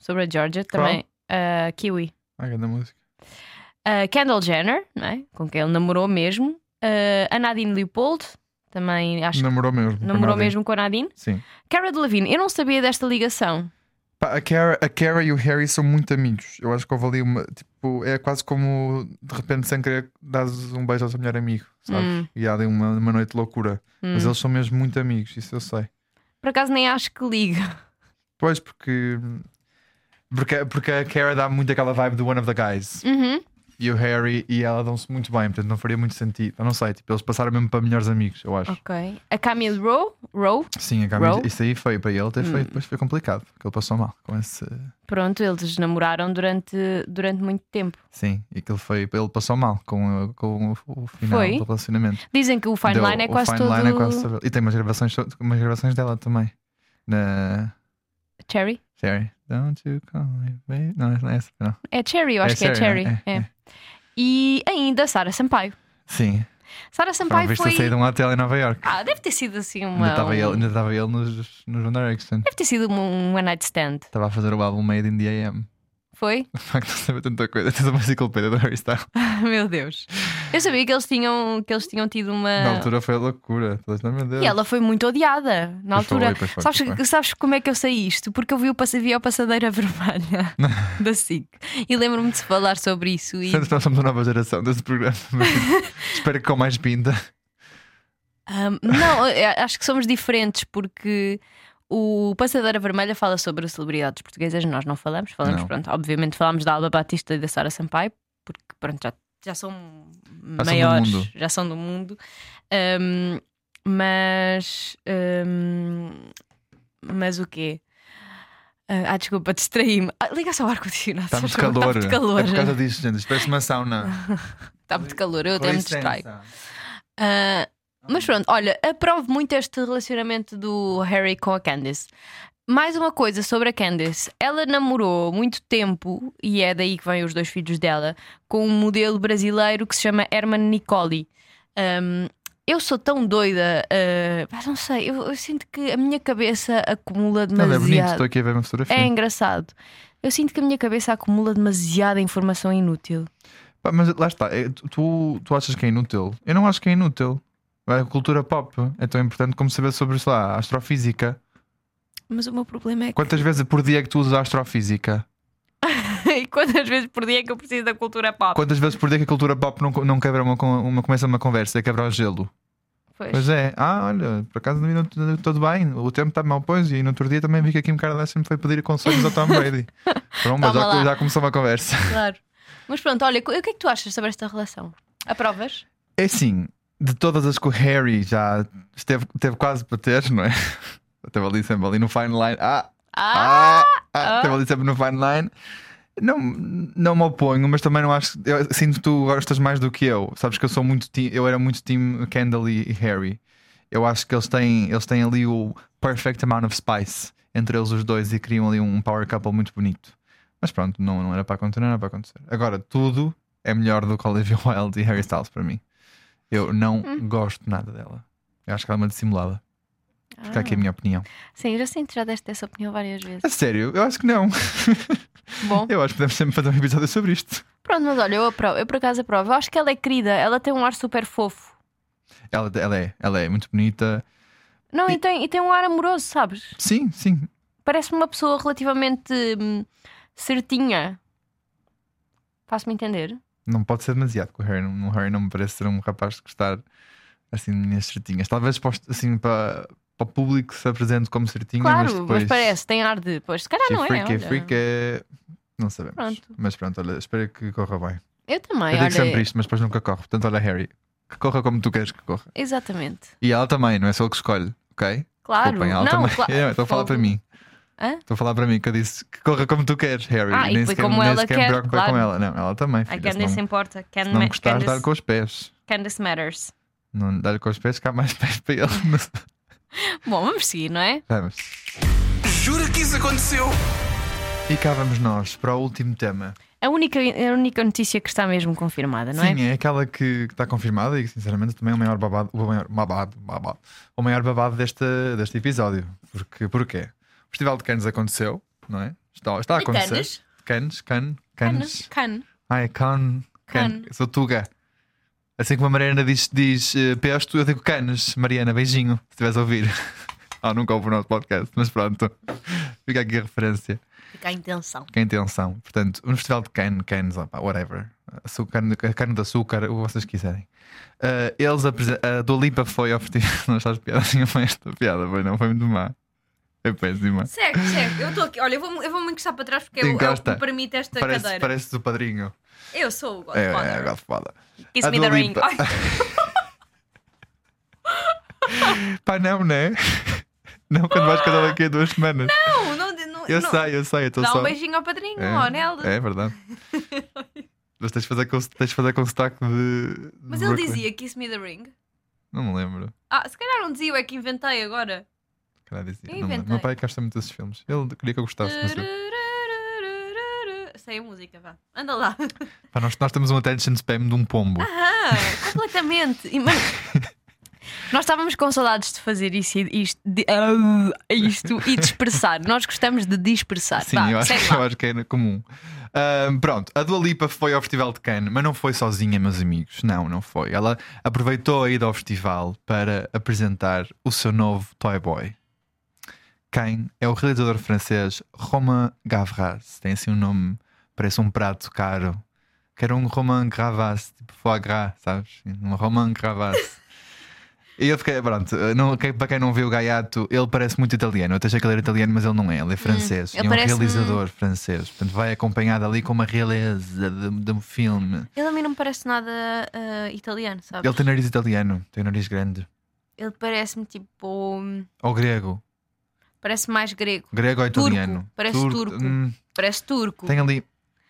[SPEAKER 2] sobre a Georgia também. eh, Kiwi.
[SPEAKER 5] Ai, grande música.
[SPEAKER 2] a Kendall Jenner, não é? com quem ele namorou mesmo, Uh, a Nadine Leopold, também acho
[SPEAKER 5] Namorou mesmo.
[SPEAKER 2] que
[SPEAKER 5] com
[SPEAKER 2] namorou
[SPEAKER 5] Nadine.
[SPEAKER 2] mesmo com a Nadine.
[SPEAKER 5] Sim.
[SPEAKER 2] Cara Delevingne, eu não sabia desta ligação.
[SPEAKER 5] Pá, a, Cara, a Cara e o Harry são muito amigos. Eu acho que houve ali uma. Tipo, é quase como de repente, sem querer, dás um beijo ao seu melhor amigo, sabes?
[SPEAKER 2] Hum.
[SPEAKER 5] E há ali uma, uma noite de loucura. Mas eles são mesmo muito amigos, isso eu sei.
[SPEAKER 2] Por acaso nem acho que liga.
[SPEAKER 5] Pois, porque. Porque, porque a Cara dá muito aquela vibe do One of the Guys.
[SPEAKER 2] Uhum.
[SPEAKER 5] e o Harry e ela dão-se muito bem, portanto não faria muito sentido. Eu não sei, tipo, eles passaram mesmo para melhores amigos, eu acho.
[SPEAKER 2] Ok. A Camille Rowe, Rowe,
[SPEAKER 5] Sim, a Camila-
[SPEAKER 2] Row?
[SPEAKER 5] isso aí foi para ele
[SPEAKER 2] Hum.
[SPEAKER 5] ter feito, depois foi complicado, porque ele passou mal com esse.
[SPEAKER 2] pronto, eles namoraram durante, durante muito tempo.
[SPEAKER 5] Sim, e aquilo foi. Ele passou mal com, o- com o, o final
[SPEAKER 2] Foi?
[SPEAKER 5] do relacionamento.
[SPEAKER 2] Dizem que o Fine
[SPEAKER 5] Deu-
[SPEAKER 2] Line é
[SPEAKER 5] o
[SPEAKER 2] quase
[SPEAKER 5] fine
[SPEAKER 2] todo
[SPEAKER 5] line é quase sobre ele. E tem umas gravações, so- umas gravações dela também. Na.
[SPEAKER 2] Cherry.
[SPEAKER 5] Cherry. Don't you call me, baby. Não, não é essa, não.
[SPEAKER 2] É Cherry, eu acho
[SPEAKER 5] É
[SPEAKER 2] que é
[SPEAKER 5] Cherry,
[SPEAKER 2] Cherry.
[SPEAKER 5] não é? É,
[SPEAKER 2] É. E ainda Sara Sampaio.
[SPEAKER 5] Sim. Foram
[SPEAKER 2] Sara Sampaio
[SPEAKER 5] vistos a
[SPEAKER 2] foi.
[SPEAKER 5] sair de um hotel em Nova York.
[SPEAKER 2] Ah, deve ter sido assim uma.
[SPEAKER 5] Ainda estava
[SPEAKER 2] um-
[SPEAKER 5] ele, ainda estava ele nos, nos One Direction.
[SPEAKER 2] Deve ter sido um, um one night stand.
[SPEAKER 5] Estava a fazer o álbum Made in the AM.
[SPEAKER 2] Foi? [LAUGHS]
[SPEAKER 5] De facto, [LAUGHS] não sabe tanta coisa. Tens uma enciclopédia do Harry Styles.
[SPEAKER 2] Meu Deus. Eu sabia que eles tinham, que eles tinham tido uma.
[SPEAKER 5] Na altura foi a loucura. Todos, não, meu Deus.
[SPEAKER 2] Ah. E ela foi muito odiada na
[SPEAKER 5] Pois foi,
[SPEAKER 2] altura.
[SPEAKER 5] pois foi,
[SPEAKER 2] sabes,
[SPEAKER 5] pois foi.
[SPEAKER 2] sabes como é que eu sei isto? Porque eu vi, o, passe- vi a
[SPEAKER 5] [LAUGHS]
[SPEAKER 2] passadeira [LAUGHS] vermelha da SIC e lembro-me de se falar sobre isso.
[SPEAKER 5] [LAUGHS]
[SPEAKER 2] E
[SPEAKER 5] Sendo que nós somos a nova geração desse
[SPEAKER 2] [LAUGHS]
[SPEAKER 5] programa. mas, tipo, espero que com mais pinta.
[SPEAKER 2] Ahm, não, eu acho que somos diferentes porque o Passadeira Vermelha fala sobre celebridades portuguesas, nós não falamos, falamos,
[SPEAKER 5] Não.
[SPEAKER 2] pronto, obviamente falamos da Alba Batista e da Sara Sampaio, porque pronto, já, já são
[SPEAKER 5] do
[SPEAKER 2] maiores,
[SPEAKER 5] mundo.
[SPEAKER 2] já são do mundo. Ahm, mas ahm, Mas o quê? Ah, ah, desculpa, distraí-me. Ah, liga só o ar-condicionado.
[SPEAKER 5] Está Tá muito
[SPEAKER 2] por
[SPEAKER 5] calor.
[SPEAKER 2] favor. Está muito calor.
[SPEAKER 5] É por causa disso, gente. Isto parece uma sauna.
[SPEAKER 2] Está muito calor, eu
[SPEAKER 5] Com
[SPEAKER 2] até me
[SPEAKER 5] licença.
[SPEAKER 2] distraio. Ah, mas pronto, olha, aprovo muito este relacionamento do Harry com a Candice. Mais uma coisa sobre a Candice. Ela namorou muito tempo, e é daí que vêm os dois filhos dela, com um modelo brasileiro que se chama Herman Nicoli. Ahm, eu sou tão doida, ah, mas não sei, eu, eu sinto que a minha cabeça acumula
[SPEAKER 5] Ele é bonito,
[SPEAKER 2] demasiado.
[SPEAKER 5] estou aqui a ver uma fotografia.
[SPEAKER 2] É engraçado. Eu sinto que a minha cabeça acumula demasiada informação inútil.
[SPEAKER 5] Pá, mas lá está, é, tu- tu, tu achas que é inútil? Eu não acho que é inútil. A cultura pop é tão importante como saber sobre, sei lá, astrofísica.
[SPEAKER 2] Mas o meu problema é que.
[SPEAKER 5] Quantas vezes por dia é que tu usas astrofísica?
[SPEAKER 2] [LAUGHS] e quantas vezes por dia é que eu preciso da cultura pop?
[SPEAKER 5] Quantas vezes por dia é que a cultura pop não, co- não quebra uma, con- uma, começa uma conversa, é quebrar o gelo?
[SPEAKER 2] Pois.
[SPEAKER 5] Pois é, ah, olha, por acaso no minuto tudo bem, o tempo está mal, pois, e no outro dia também vi que a Kim Kardashian me foi pedir conselhos ao Tom
[SPEAKER 2] [LAUGHS]
[SPEAKER 5] Brady. Pronto, mas
[SPEAKER 2] Toma lá.
[SPEAKER 5] já, já começou uma conversa.
[SPEAKER 2] Claro. Mas pronto, olha, co- o que é que tu achas sobre esta relação? Aprovas?
[SPEAKER 5] É assim, de todas as que o Harry já esteve, teve quase para ter, não é? [LAUGHS] Esteve ali sempre ali no fine line. Ah, ah, ah,
[SPEAKER 2] ah.
[SPEAKER 5] esteve ali sempre no fine line. Não, não me oponho, mas também não acho. Eu sinto que tu gostas mais do que eu. Sabes que eu sou muito ti- eu era muito time Kendall e Harry. Eu acho que eles têm, eles têm ali o perfect amount of spice entre eles os dois e criam ali um power couple muito bonito. Mas pronto, não, não era para acontecer, não era para acontecer. Agora, tudo é melhor do que Olivia [LAUGHS] Wilde e Harry Styles para mim. Eu não gosto nada dela. Eu acho que ela é uma dissimulada.
[SPEAKER 2] Ah.
[SPEAKER 5] Fica aqui a minha opinião.
[SPEAKER 2] Sim, já sinto, já deste essa opinião várias vezes.
[SPEAKER 5] A sério, eu acho que não.
[SPEAKER 2] [LAUGHS]
[SPEAKER 5] [LAUGHS]
[SPEAKER 2] Bom,
[SPEAKER 5] Eu acho que podemos sempre fazer um episódio sobre isto.
[SPEAKER 2] pronto, mas olha, eu aprovo, eu por acaso aprovo. Eu acho que ela é querida, ela tem um ar super fofo.
[SPEAKER 5] Ela, ela é, ela é muito bonita.
[SPEAKER 2] Não, e, tem, e tem um ar amoroso, sabes?
[SPEAKER 5] Sim, sim.
[SPEAKER 2] Parece-me uma pessoa relativamente hum, certinha. Faço-me entender?
[SPEAKER 5] Não pode ser demasiado com o Harry. não- O Harry não me parece ser um rapaz de gostar assim de minhas certinhas. Talvez para os- assim, para, para o público se apresente como certinha, mas
[SPEAKER 2] claro,
[SPEAKER 5] depois.
[SPEAKER 2] mas parece, tem ar de. Pois, se calhar
[SPEAKER 5] que
[SPEAKER 2] não é.
[SPEAKER 5] freak,
[SPEAKER 2] olha.
[SPEAKER 5] freak é. Não sabemos.
[SPEAKER 2] Pronto.
[SPEAKER 5] Mas pronto, olha, espero que corra bem.
[SPEAKER 2] Eu
[SPEAKER 5] Eu
[SPEAKER 2] também,
[SPEAKER 5] digo sempre
[SPEAKER 2] olha.
[SPEAKER 5] isto, mas depois nunca corre. Portanto, olha, Harry, que corra como tu queres que corra.
[SPEAKER 2] Exatamente.
[SPEAKER 5] E ela também, não é só eu que escolhe, ok?
[SPEAKER 2] Claro.
[SPEAKER 5] Desculpem, ela
[SPEAKER 2] não,
[SPEAKER 5] também. [LAUGHS]
[SPEAKER 2] claro.
[SPEAKER 5] É, Estou a falar para mim.
[SPEAKER 2] Hã?
[SPEAKER 5] Estou a falar para mim que eu disse que corra como tu queres, Harry.
[SPEAKER 2] Ah, e
[SPEAKER 5] nem
[SPEAKER 2] foi
[SPEAKER 5] sequer,
[SPEAKER 2] como
[SPEAKER 5] nem
[SPEAKER 2] ela
[SPEAKER 5] sequer
[SPEAKER 2] quer,
[SPEAKER 5] me preocupei
[SPEAKER 2] claro.
[SPEAKER 5] com ela. Não, ela também.
[SPEAKER 2] A
[SPEAKER 5] Filha, se não,
[SPEAKER 2] Candice importa. Can
[SPEAKER 5] se não gostar,
[SPEAKER 2] Candice-
[SPEAKER 5] dar com os pés.
[SPEAKER 2] Candice Matters.
[SPEAKER 5] Não dar com os pés, cá mais [LAUGHS] pés para ele.
[SPEAKER 2] Bom, vamos seguir, não é?
[SPEAKER 5] vamos.
[SPEAKER 4] Jura que isso aconteceu?
[SPEAKER 5] E cá vamos nós para o último tema.
[SPEAKER 2] A única, a única notícia que está mesmo confirmada, não
[SPEAKER 5] Sim, é, aquela que, que está confirmada e que, sinceramente, também é o maior babado, o maior babado, babado, o maior babado deste, deste episódio. Porque, porquê? O Festival de Cannes aconteceu, não é? Está, está a
[SPEAKER 2] De
[SPEAKER 5] acontecer.
[SPEAKER 2] Cannes?
[SPEAKER 5] Cannes, Cannes,
[SPEAKER 2] é?
[SPEAKER 5] Cannes.
[SPEAKER 2] Can.
[SPEAKER 5] Ai, can, can.
[SPEAKER 2] Can.
[SPEAKER 5] Sou tuga. Assim como a Mariana diz, diz eh, pesto, eu digo canes. Mariana, beijinho, se estiveres a ouvir. [LAUGHS] Ah, nunca ouve o nosso podcast, mas pronto. Fica aqui a referência.
[SPEAKER 2] Fica a intenção.
[SPEAKER 5] Que a intenção. Portanto, um festival de Cannes, Cannes, opa, whatever. Açúcar, carne de açúcar, o que vocês quiserem. Ah, eles apresen- A Dolipa foi ao festival. [LAUGHS] Não estás piada nenhuma foi esta piada, foi não, foi muito má. É péssima.
[SPEAKER 2] Segue, segue. Eu estou aqui. Olha, eu vou-me vou encostar para trás porque
[SPEAKER 5] é o- é o que Encosta. me
[SPEAKER 2] permite esta
[SPEAKER 5] Parece, parece do padrinho.
[SPEAKER 2] Eu sou o
[SPEAKER 5] É, é, é Godfather.
[SPEAKER 2] Kiss
[SPEAKER 5] a
[SPEAKER 2] me
[SPEAKER 5] Dua
[SPEAKER 2] the ring.
[SPEAKER 5] Lipa. Pá, não, né? [LAUGHS] Não, quando vais casar daqui a duas semanas.
[SPEAKER 2] não, não,
[SPEAKER 5] [LAUGHS]
[SPEAKER 2] não.
[SPEAKER 5] eu sei, eu sei, eu estou
[SPEAKER 2] Dá
[SPEAKER 5] só.
[SPEAKER 2] um beijinho ao padrinho,
[SPEAKER 5] É,
[SPEAKER 2] ao Neldo.
[SPEAKER 5] é
[SPEAKER 2] [LAUGHS]
[SPEAKER 5] verdade. Mas tens de fazer com, tens de fazer com sotaque de.
[SPEAKER 2] Mas
[SPEAKER 5] de
[SPEAKER 2] ele
[SPEAKER 5] Brooklyn.
[SPEAKER 2] dizia Kiss me the ring.
[SPEAKER 5] Não me lembro.
[SPEAKER 2] Ah, se calhar não dizia, eu é que inventei agora.
[SPEAKER 5] Caralho, dizia.
[SPEAKER 2] Eu
[SPEAKER 5] Não me lembro.
[SPEAKER 2] inventei.
[SPEAKER 5] Meu pai é gosta muito desses filmes. Ele queria que eu gostasse. Mas
[SPEAKER 2] [LAUGHS]
[SPEAKER 5] eu...
[SPEAKER 2] Sei a música, vá. Anda lá.
[SPEAKER 5] Pá, nós, nós temos um attention spam de um pombo.
[SPEAKER 2] Ah, completamente.
[SPEAKER 5] [LAUGHS]
[SPEAKER 2] E, mas- Nós estávamos com saudades de fazer isso e, isto, de- ah, isto e dispersar. Nós gostamos de dispersar.
[SPEAKER 5] Sim,
[SPEAKER 2] Vá,
[SPEAKER 5] eu, acho,
[SPEAKER 2] segue
[SPEAKER 5] eu
[SPEAKER 2] lá.
[SPEAKER 5] acho que é comum. Ahm, pronto, a Dua Lipa foi ao Festival de Cannes, mas não foi sozinha, meus amigos. Não, não foi. Ela aproveitou a ida ao festival para apresentar o seu novo Toy Boy. Quem é o realizador francês Romain Gavras. Tem assim um nome, parece um prato caro. Que era um Romain Gravas, tipo foie gras, sabes? Um Romain Gravas.
[SPEAKER 2] [LAUGHS]
[SPEAKER 5] E eu fiquei, pronto, não- que- para quem não viu o Gaiato, ele parece muito italiano. Eu até achei que ele era italiano, mas ele não é, ele é francês.
[SPEAKER 2] Hum, ele
[SPEAKER 5] é um
[SPEAKER 2] parece um-
[SPEAKER 5] realizador francês. Portanto, vai acompanhado ali com uma realeza de, de um filme.
[SPEAKER 2] Ele a mim não me parece nada ah, italiano, sabes?
[SPEAKER 5] Ele tem um nariz italiano, tem nariz grande.
[SPEAKER 2] Ele parece-me tipo. hum,
[SPEAKER 5] Ou grego.
[SPEAKER 2] Parece mais grego.
[SPEAKER 5] Grego ou italiano?
[SPEAKER 2] parece turco.
[SPEAKER 5] hum,
[SPEAKER 2] Parece turco.
[SPEAKER 5] tem ali.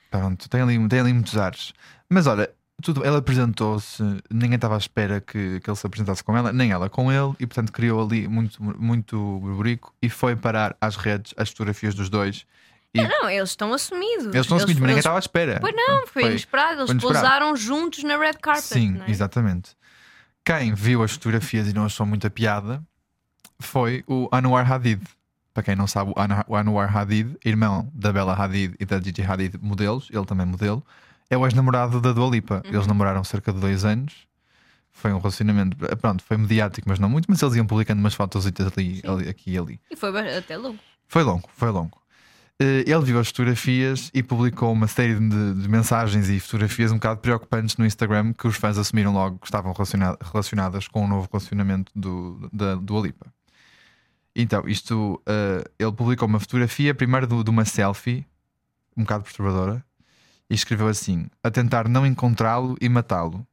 [SPEAKER 5] Pronto, tem ali, tem ali muitos ares. Mas olha, tudo, ele apresentou-se, ninguém estava à espera que, que ele se apresentasse com ela, nem ela com ele, e portanto criou ali muito, muito burburico e foi parar às redes as fotografias dos dois. E
[SPEAKER 2] Não, eles estão assumidos.
[SPEAKER 5] eles estão seguidos, mas ninguém tá estava à
[SPEAKER 2] eles-
[SPEAKER 5] espera.
[SPEAKER 2] Pois não, foi, inesperado. Eles
[SPEAKER 5] foi inesperado.
[SPEAKER 2] pousaram juntos na red carpet.
[SPEAKER 5] Sim,
[SPEAKER 2] não é?
[SPEAKER 5] exatamente. Quem viu as fotografias e não achou muita piada foi o Anwar Hadid. Para quem não sabe, o Ana- o Anwar Hadid, irmão da Bella Hadid e da Gigi Hadid, modelos, ele também é modelo, é o ex-namorado da Dua Lipa.
[SPEAKER 2] Uhum.
[SPEAKER 5] Eles namoraram cerca de dois anos. Foi um relacionamento, pronto, foi mediático, mas não muito, mas eles iam publicando umas fotos ali, ali, aqui e ali.
[SPEAKER 2] E foi ba- até logo.
[SPEAKER 5] Foi longo, foi longo. Eh, Ele viu as fotografias e publicou uma série de, de mensagens e fotografias um bocado preocupantes no Instagram que os fãs assumiram logo que estavam relaciona- relacionadas com o novo relacionamento do, da, do Alipa. Então, isto, eh, ele publicou uma fotografia, primeiro do- de uma selfie, um bocado perturbadora, e escreveu assim: a tentar não encontrá-lo e matá-lo.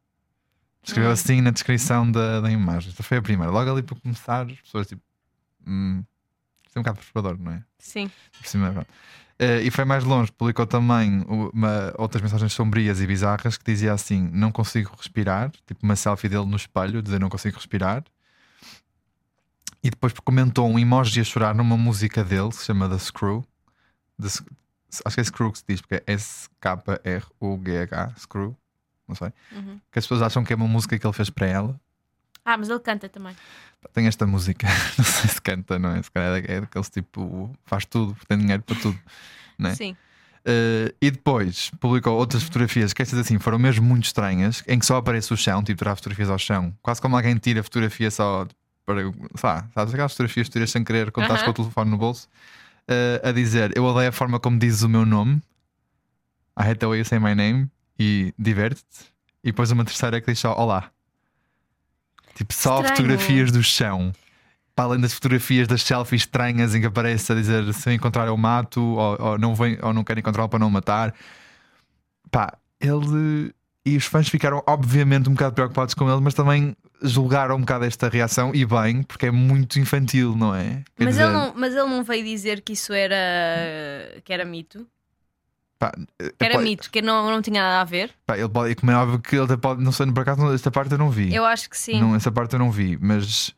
[SPEAKER 5] Escreveu assim na descrição da, da imagem. Esta foi a primeira. Logo ali para começar, as pessoas tipo. Hum, isto é um bocado perturbador, não é?
[SPEAKER 2] Sim.
[SPEAKER 5] Por cima, pronto. Eh, e foi mais longe, publicou também uma- outras mensagens sombrias e bizarras que dizia assim: Não consigo respirar. Tipo uma selfie dele no espelho, dizer não consigo respirar. E depois comentou um emoji a chorar numa música dele, que se chama The Screw. The Sc- acho que é Screw que se diz, porque é S-K-R-U-G-H, Screw. Não sei. Que as pessoas acham que é uma música que ele fez para ela.
[SPEAKER 2] Ah, mas ele canta também.
[SPEAKER 5] Tem esta música, [LAUGHS] não sei se canta, não é? Se calhar é daqueles tipo, faz tudo, tem dinheiro para tudo. É.
[SPEAKER 2] Sim.
[SPEAKER 5] Uh, e depois publicou outras fotografias que estas assim foram mesmo muito estranhas, em que só aparece o chão, tipo tirar fotografias ao chão, quase como alguém tira fotografia só para, sei lá, sabes aquelas fotografias que tiras sem querer quando estás
[SPEAKER 2] Aham.
[SPEAKER 5] com o telefone no bolso, uh, a dizer eu odeio a forma como dizes o meu nome, I hate the way you say my name, e diverte-te, e depois uma terceira é que diz só olá, tipo só
[SPEAKER 2] Estranho.
[SPEAKER 5] fotografias do chão. Para além das fotografias das selfies estranhas em que aparece a dizer se eu encontrar eu mato ou, ou não, vem, ou não quero encontrá-lo para não matar. Pá, ele e os fãs ficaram obviamente um bocado preocupados com ele, mas também julgaram um bocado esta reação e bem, porque é muito infantil, não é? Quer
[SPEAKER 2] Mas,
[SPEAKER 5] dizer,
[SPEAKER 2] ele não, mas ele não veio dizer que isso era. que era mito.
[SPEAKER 5] pá,
[SPEAKER 2] Que era
[SPEAKER 5] pode-
[SPEAKER 2] mito, que não, não tinha nada a ver.
[SPEAKER 5] pá, ele pode, e como é óbvio que ele até pode, não sei, por acaso não- esta parte eu não vi.
[SPEAKER 2] Eu acho que sim.
[SPEAKER 5] Não, essa parte eu não vi, mas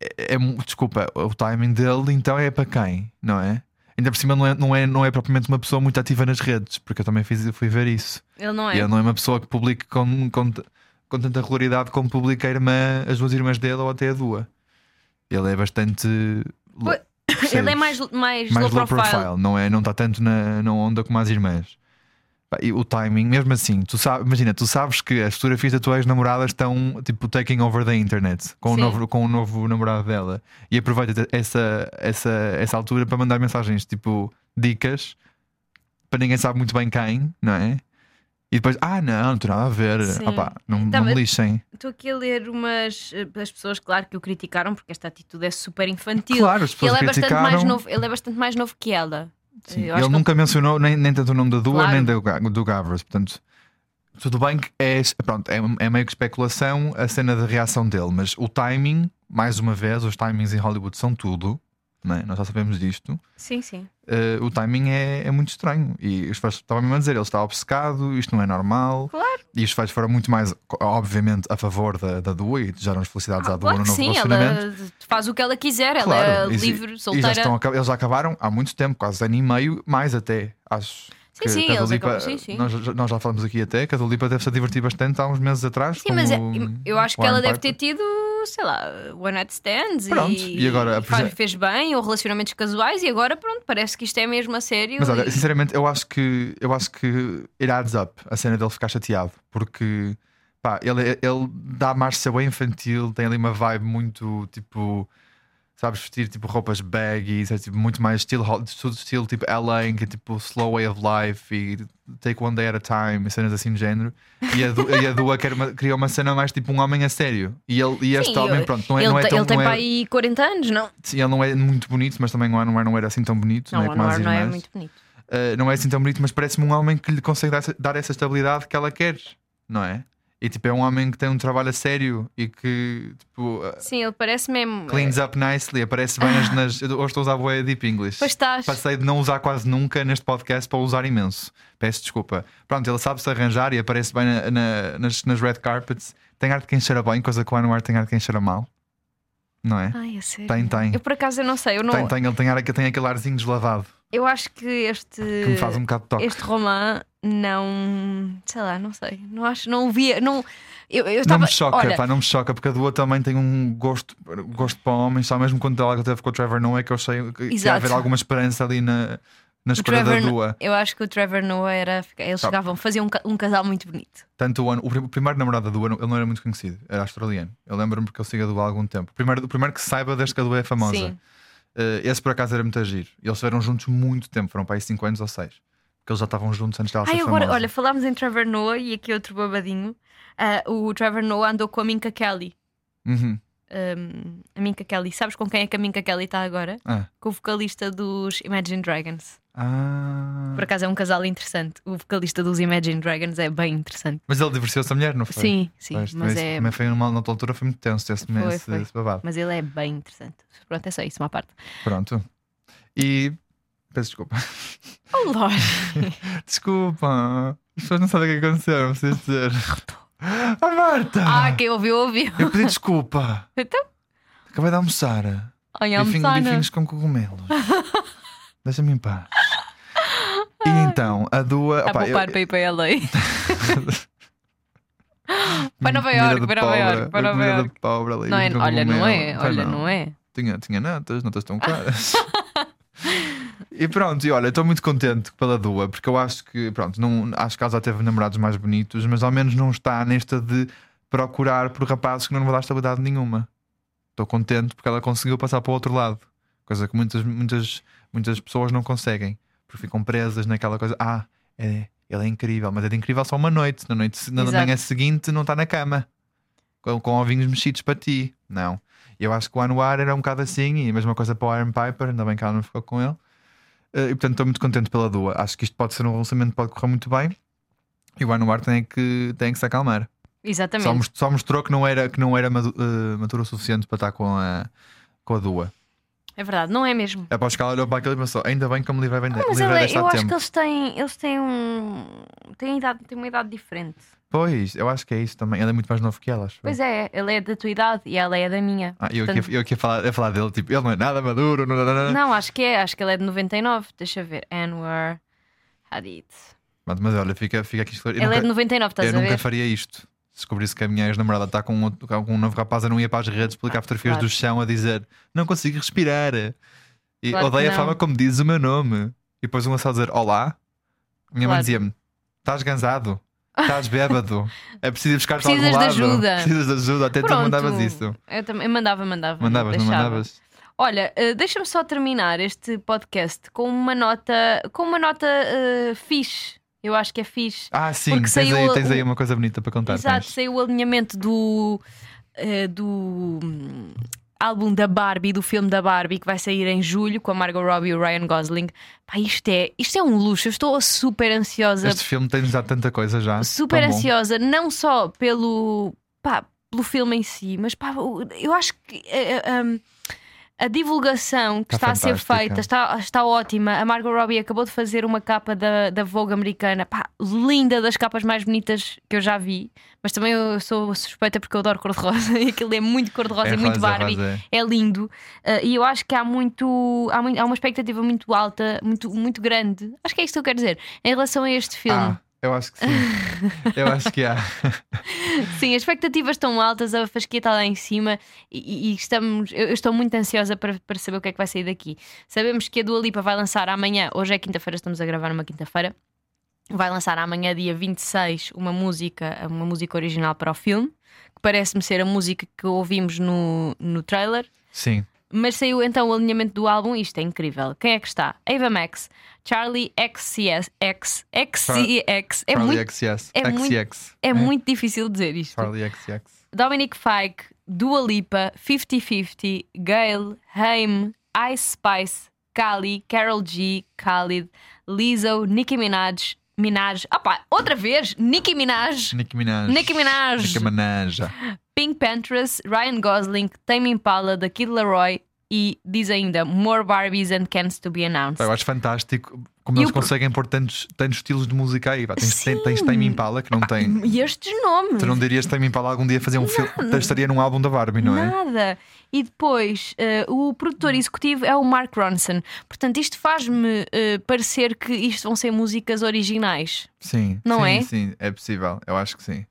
[SPEAKER 5] é, é mu- desculpa, o timing dele então é para quem, não é? Ainda por cima não é, não, é, não é propriamente uma pessoa muito ativa nas redes, porque eu também fiz, fui ver isso.
[SPEAKER 2] Ele não
[SPEAKER 5] E
[SPEAKER 2] é.
[SPEAKER 5] ele não é uma pessoa que publique com, com, t- com tanta regularidade como publica a irmã, as duas irmãs dele ou até a Dua. Ele é bastante. lo-
[SPEAKER 2] Pois, [LAUGHS] [COUGHS] Ele é
[SPEAKER 5] percebes?
[SPEAKER 2] mais, mais,
[SPEAKER 5] mais
[SPEAKER 2] low profile.
[SPEAKER 5] não é? Não está tanto na, na onda como as irmãs. Pá, E o timing, mesmo assim, tu sabes, imagina, tu sabes que as fotografias da tua ex-namorada estão tipo taking over the internet com o,
[SPEAKER 2] Sim.
[SPEAKER 5] novo, com o novo namorado dela e aproveita essa, essa, essa altura para mandar mensagens tipo dicas para ninguém sabe muito bem quem, não é? E depois, ah, não, não tem nada a ver,
[SPEAKER 2] Sim.
[SPEAKER 5] Opá, não,
[SPEAKER 2] Tá,
[SPEAKER 5] não me
[SPEAKER 2] mas-
[SPEAKER 5] lixem.
[SPEAKER 2] Estou aqui a ler umas eh, as pessoas, claro, que o criticaram porque esta atitude é super infantil.
[SPEAKER 5] Claro, as pessoas
[SPEAKER 2] ele é bastante
[SPEAKER 5] criticaram.
[SPEAKER 2] mais novo, ele é bastante mais novo que ela.
[SPEAKER 5] Sim,
[SPEAKER 2] Eu acho
[SPEAKER 5] Ele
[SPEAKER 2] que
[SPEAKER 5] nunca mencionou nem, nem tanto o nome da Dua
[SPEAKER 2] Claro.
[SPEAKER 5] nem do, Ga- do Gavras, portanto, tudo bem que é, pronto, é, é meio que especulação a cena da reação dele, mas o timing, mais uma vez, os timings em Hollywood são tudo, não é? nós já sabemos disto.
[SPEAKER 2] Sim, sim.
[SPEAKER 5] Eh, o timing é, é muito estranho e os fãs estavam mesmo a dizer, ele está obcecado, isto não é normal.
[SPEAKER 2] Claro.
[SPEAKER 5] E os fãs foram muito mais, obviamente, a favor da, da Dua e desejaram as felicidades à Dua
[SPEAKER 2] Ah, claro
[SPEAKER 5] no
[SPEAKER 2] que
[SPEAKER 5] novo
[SPEAKER 2] sim,
[SPEAKER 5] relacionamento.
[SPEAKER 2] ela faz o que ela quiser, ela é
[SPEAKER 5] e se-
[SPEAKER 2] livre,
[SPEAKER 5] E já
[SPEAKER 2] solteira.
[SPEAKER 5] estão a acab- eles já acabaram há muito tempo, quase ano e meio, mais até, acho.
[SPEAKER 2] Sim, sim,
[SPEAKER 5] que a Dua
[SPEAKER 2] eles
[SPEAKER 5] Lipa-
[SPEAKER 2] acabam- sim, sim.
[SPEAKER 5] Nós, já- nós já falamos aqui até que a Dua Lipa deve-se divertir bastante há uns meses atrás.
[SPEAKER 2] Sim, mas é-
[SPEAKER 5] como
[SPEAKER 2] eu acho que
[SPEAKER 5] Warren
[SPEAKER 2] ela deve ter
[SPEAKER 5] Piper.
[SPEAKER 2] tido, sei lá, one night stands
[SPEAKER 5] Pronto,
[SPEAKER 2] e,
[SPEAKER 5] e agora, por
[SPEAKER 2] faz-
[SPEAKER 5] exemplo-
[SPEAKER 2] fez bem, ou relacionamentos casuais, e agora pronto, parece que isto é mesmo a sério.
[SPEAKER 5] Mas olha,
[SPEAKER 2] e-
[SPEAKER 5] sinceramente, eu acho que eu acho que it adds up a cena dele ficar chateado, porque pá, ele, ele dá marcha bem infantil, tem ali uma vibe muito tipo. Sabes, vestir tipo roupas baggy, sabes, tipo, muito mais estilo, Hol- tudo estilo tipo LA, em que é tipo slow way of life e take one day at a time e cenas assim do género. E a, Du- e a Dua quer uma, cria uma cena mais tipo um homem a sério. E, ele, e este
[SPEAKER 2] Sim,
[SPEAKER 5] homem,
[SPEAKER 2] eu-
[SPEAKER 5] pronto, não é,
[SPEAKER 2] ele,
[SPEAKER 5] não é
[SPEAKER 2] te-
[SPEAKER 5] tão.
[SPEAKER 2] ele tem
[SPEAKER 5] não é-
[SPEAKER 2] para aí 40 anos, não?
[SPEAKER 5] sim, ele não é muito bonito, mas também o Anwar não era assim tão bonito,
[SPEAKER 2] Não,
[SPEAKER 5] não, é
[SPEAKER 2] o
[SPEAKER 5] como as
[SPEAKER 2] Anwar não é
[SPEAKER 5] irmãs.
[SPEAKER 2] muito bonito.
[SPEAKER 5] Eh, Uh, não é assim tão bonito, mas parece-me um homem que lhe consegue dar essa, dar essa estabilidade que ela quer, não é? E tipo, é um homem que tem um trabalho a sério e que tipo, uh,
[SPEAKER 2] Sim, ele parece mesmo. eh,
[SPEAKER 5] cleans up nicely, aparece bem nas. nas- eu hoje estou a usar boé Deep English.
[SPEAKER 2] Pois estás.
[SPEAKER 5] Passei de não usar quase nunca neste podcast para usar imenso. Peço desculpa. Pronto, ele sabe-se arranjar e aparece bem na- na- nas, nas red carpets. Tem arte de quem cheira bem, coisa que lá no ar tem arte de quem cheira mal. Não é?
[SPEAKER 2] Ai, é sério.
[SPEAKER 5] Tem, tem.
[SPEAKER 2] Eu por acaso eu não sei, eu não.
[SPEAKER 5] Tem, tem, ele tem, ar, ele tem aquele arzinho deslavado
[SPEAKER 2] Eu acho que este.
[SPEAKER 5] que me faz um bocado de toque.
[SPEAKER 2] Este romã não. Sei lá, não sei. Não acho, não via. Não, eu, eu
[SPEAKER 5] Não
[SPEAKER 2] estava.
[SPEAKER 5] me choca,
[SPEAKER 2] olha,
[SPEAKER 5] pá, não me choca, porque a Dua também tem um gosto, gosto para homens, só mesmo quando ela teve com o Trevor Noah, que eu sei que que ia
[SPEAKER 2] Exato.
[SPEAKER 5] haver alguma esperança ali na, na
[SPEAKER 2] o
[SPEAKER 5] escolha
[SPEAKER 2] Trevor,
[SPEAKER 5] da Dua.
[SPEAKER 2] eu acho que o Trevor Noah era. Eles
[SPEAKER 5] Tá.
[SPEAKER 2] chegavam, faziam um, ca- um casal muito bonito.
[SPEAKER 5] Tanto o, ano, o prim- o primeiro namorado da Dua, ele não era muito conhecido, era australiano. Eu lembro-me porque eu sigo a Dua há algum tempo. O primeiro, o primeiro que se saiba desde que a Dua é famosa.
[SPEAKER 2] Sim.
[SPEAKER 5] Eh, esse por acaso era muito agir. E Eles estiveram juntos muito tempo, foram para aí 5 anos ou 6. Porque eles já estavam juntos antes dela ser
[SPEAKER 2] Ai, agora,
[SPEAKER 5] famosa.
[SPEAKER 2] olha, falámos em Trevor Noah e aqui outro babadinho. Ah, o Trevor Noah andou com a Minka Kelly.
[SPEAKER 5] Uhum.
[SPEAKER 2] Um, a Minka Kelly, sabes com quem é que a Minka Kelly está agora?
[SPEAKER 5] Ah.
[SPEAKER 2] Com o vocalista dos Imagine Dragons.
[SPEAKER 5] Ah.
[SPEAKER 2] Por acaso é um casal interessante. O vocalista dos Imagine Dragons é bem interessante.
[SPEAKER 5] Mas ele divorciou-se da mulher, não foi?
[SPEAKER 2] Sim, sim,
[SPEAKER 5] Pois, também
[SPEAKER 2] mas
[SPEAKER 5] isso-
[SPEAKER 2] é.
[SPEAKER 5] Também foi numa, na altura foi muito tenso esse,
[SPEAKER 2] Foi,
[SPEAKER 5] esse-
[SPEAKER 2] foi.
[SPEAKER 5] esse babado.
[SPEAKER 2] Mas ele é bem interessante. Pronto, é só isso, uma parte.
[SPEAKER 5] Pronto. E. Peço desculpa. [LAUGHS]
[SPEAKER 2] Oh, Lord. [LAUGHS]
[SPEAKER 5] Desculpa. As pessoas não sabem o que aconteceu, não preciso dizer. A Marta!
[SPEAKER 2] Ah, quem ouviu, ouviu.
[SPEAKER 5] Eu pedi desculpa.
[SPEAKER 2] Então,
[SPEAKER 5] Acabei de almoçar.
[SPEAKER 2] olha, é um
[SPEAKER 5] Bifing-
[SPEAKER 2] almoçana.
[SPEAKER 5] bifinhos com cogumelos. Deixa-me em paz. E então, a Dua.
[SPEAKER 2] Está Ah. a
[SPEAKER 5] opá, eu-
[SPEAKER 2] poupar para ir
[SPEAKER 5] [LAUGHS]
[SPEAKER 2] para LA. Para Nova
[SPEAKER 5] comida
[SPEAKER 2] Iorque,
[SPEAKER 5] de
[SPEAKER 2] para Nova
[SPEAKER 5] pobre,
[SPEAKER 2] Iorque, para Nova
[SPEAKER 5] comida de
[SPEAKER 2] Iorque.
[SPEAKER 5] pobre ali,
[SPEAKER 2] Não é,
[SPEAKER 5] com
[SPEAKER 2] olha, não é?
[SPEAKER 5] cogumelo. Pois
[SPEAKER 2] Olha, não é?
[SPEAKER 5] Tinha, tinha notas, notas tão caras. e pronto, e olha, estou muito contente pela Dua, porque eu acho que, pronto, não, acho que ela já teve namorados mais bonitos, mas ao menos não está nesta de procurar por rapazes que não lhe vão dar estabilidade nenhuma. Estou contente porque ela conseguiu passar para o outro lado, coisa que muitas, muitas, muitas pessoas não conseguem, porque ficam presas naquela coisa, ah, é, ele é incrível, mas é de incrível só uma noite, na, noite, se- na
[SPEAKER 2] Exato.
[SPEAKER 5] manhã seguinte não está na cama. Com, com ovinhos mexidos para ti, não. Eu acho que o Anuar era um bocado assim, e a mesma coisa para o Iron Piper, ainda bem que ela não ficou com ele. Eh, E portanto estou muito contente pela Dua. Acho que isto pode ser um relacionamento que pode correr muito bem. E o Anuar tem que, tem que se acalmar. Só,
[SPEAKER 2] Exatamente.
[SPEAKER 5] mos- só mostrou que não era, que não era madu- eh, maduro o suficiente para estar com a, com a Dua.
[SPEAKER 2] É verdade, não é mesmo.
[SPEAKER 5] Após que ela olhou para aquilo e pensou: ainda bem que eu me livrei, bem de,
[SPEAKER 2] Ah, Mas
[SPEAKER 5] livrei
[SPEAKER 2] ele- é-
[SPEAKER 5] desta
[SPEAKER 2] eu
[SPEAKER 5] a
[SPEAKER 2] acho
[SPEAKER 5] tempo.
[SPEAKER 2] que eles têm, eles têm um. Têm, idade, têm uma idade diferente.
[SPEAKER 5] Pois, eu acho que é isso também. Ele é muito mais novo que elas.
[SPEAKER 2] Pois é, ele é da tua idade e ela é da minha.
[SPEAKER 5] Ah, eu
[SPEAKER 2] Portanto,
[SPEAKER 5] aqui, eu aqui a, falar, a falar dele, tipo, ele não é nada maduro. Não, não, não, não.
[SPEAKER 2] Não, acho que é, acho que ele é de 99. Deixa eu ver. Anwar Hadid.
[SPEAKER 5] Mas, mas olha, fica, fica aqui. esclarecido. Eu
[SPEAKER 2] Ele é
[SPEAKER 5] nunca-
[SPEAKER 2] de 99, estás
[SPEAKER 5] eu
[SPEAKER 2] a
[SPEAKER 5] nunca
[SPEAKER 2] ver?
[SPEAKER 5] faria isto. Se descobrisse que a minha ex-namorada está com, outro- com um novo rapaz, eu não ia para as redes publicar fotografias
[SPEAKER 2] Ah, claro.
[SPEAKER 5] do chão a dizer não consigo respirar. E
[SPEAKER 2] Claro que
[SPEAKER 5] odeio a
[SPEAKER 2] não.
[SPEAKER 5] forma como diz o meu nome. E depois um a só dizer olá. Minha mãe
[SPEAKER 2] Claro.
[SPEAKER 5] dizia-me: estás gansado, estás bêbado, é preciso ir buscar-te a algum
[SPEAKER 2] Precisas de
[SPEAKER 5] lado.
[SPEAKER 2] ajuda."
[SPEAKER 5] Precisas de ajuda. Até tu
[SPEAKER 2] Pronto.
[SPEAKER 5] então mandavas isso.
[SPEAKER 2] Eu também eu mandava, mandava.
[SPEAKER 5] Mandavas, não
[SPEAKER 2] deixava.
[SPEAKER 5] mandavas?
[SPEAKER 2] Olha, eh, deixa-me só terminar este podcast com uma nota, com uma nota eh, fixe. Eu acho que é fixe.
[SPEAKER 5] Ah, sim,
[SPEAKER 2] Porque
[SPEAKER 5] tens,
[SPEAKER 2] saiu
[SPEAKER 5] aí,
[SPEAKER 2] a-
[SPEAKER 5] tens aí
[SPEAKER 2] o-
[SPEAKER 5] uma coisa bonita para contar.
[SPEAKER 2] Exato,
[SPEAKER 5] tens.
[SPEAKER 2] saiu o alinhamento do eh, do hum, álbum da Barbie, do filme da Barbie que vai sair em julho com a Margot Robbie e o Ryan Gosling. Pá, isto é, isto é um luxo. Eu estou super ansiosa
[SPEAKER 5] Este filme tem-nos dado tanta coisa já.
[SPEAKER 2] super
[SPEAKER 5] Tão Tá bom.
[SPEAKER 2] ansiosa, não só pelo, pá, pelo filme em si, mas pá, o- eu acho que eh, eh, um, a divulgação que
[SPEAKER 5] Está
[SPEAKER 2] está, a ser
[SPEAKER 5] Tá fantástica.
[SPEAKER 2] feita está, está ótima. A Margot Robbie acabou de fazer uma capa da, da Vogue americana, pá, linda, das capas mais bonitas que eu já vi. Mas também eu sou suspeita porque eu adoro cor-de-rosa [LAUGHS] e aquilo é muito cor-de-rosa
[SPEAKER 5] É
[SPEAKER 2] e muito
[SPEAKER 5] rosa,
[SPEAKER 2] Barbie
[SPEAKER 5] rosa.
[SPEAKER 2] é lindo Uh, e eu acho que há muito, há muito- há uma expectativa muito alta, muito, muito grande. Acho que é isto que eu quero dizer em relação a este filme.
[SPEAKER 5] Ah, eu acho que sim. eu acho que há.
[SPEAKER 2] Sim, as expectativas estão altas, a fasquia está lá em cima e, e- e estamos, eu, eu estou muito ansiosa para, para saber o que é que vai sair daqui. Sabemos que a Dua Lipa vai lançar amanhã, hoje é quinta-feira, estamos a gravar numa quinta-feira. Vai lançar amanhã, dia 26, uma música, uma música original para o filme, que parece-me ser a música que ouvimos no, no trailer.
[SPEAKER 5] [LAUGHS] Sim.
[SPEAKER 2] Mas saiu então o alinhamento do álbum e isto é incrível. Quem é que está? Ava Max, Charlie XCS, X, XCX. É,
[SPEAKER 5] Charlie
[SPEAKER 2] muito,
[SPEAKER 5] XCX.
[SPEAKER 2] é muito-
[SPEAKER 5] XCX.
[SPEAKER 2] é muito difícil dizer isto.
[SPEAKER 5] Charlie XCX.
[SPEAKER 2] Dominic Fike, Dua Lipa, 5050, Gail, Haim, Ice Spice, Kali, Carol G, Khalid, Lizzo, Nicki Minaj, Minaj. Opa, outra vez, Nicki Minaj,
[SPEAKER 5] Nicki Minaj.
[SPEAKER 2] Nicki Minaj.
[SPEAKER 5] Nicki Minaj.
[SPEAKER 2] Pink Panthers, Ryan Gosling, Tame Impala, da Kid Laroi e diz ainda More Barbies and Cans to be announced.
[SPEAKER 5] Pá, Eu acho fantástico como
[SPEAKER 2] E
[SPEAKER 5] eles
[SPEAKER 2] o pro-
[SPEAKER 5] conseguem pôr tantos, tantos estilos de música aí. Pá, tens,
[SPEAKER 2] Sim.
[SPEAKER 5] tem, tens Time Impala, que não tem.
[SPEAKER 2] E estes nomes?
[SPEAKER 5] Tu não dirias Time Impala algum dia fazer um filme. Estaria num álbum da Barbie, não é? Hum.
[SPEAKER 2] Nada. E depois, eh, o produtor executivo é o Mark Ronson. Portanto, isto faz-me eh, parecer que isto vão ser músicas originais.
[SPEAKER 5] Sim.
[SPEAKER 2] Não
[SPEAKER 5] sim,
[SPEAKER 2] é?
[SPEAKER 5] Sim, é possível. Eu acho que sim.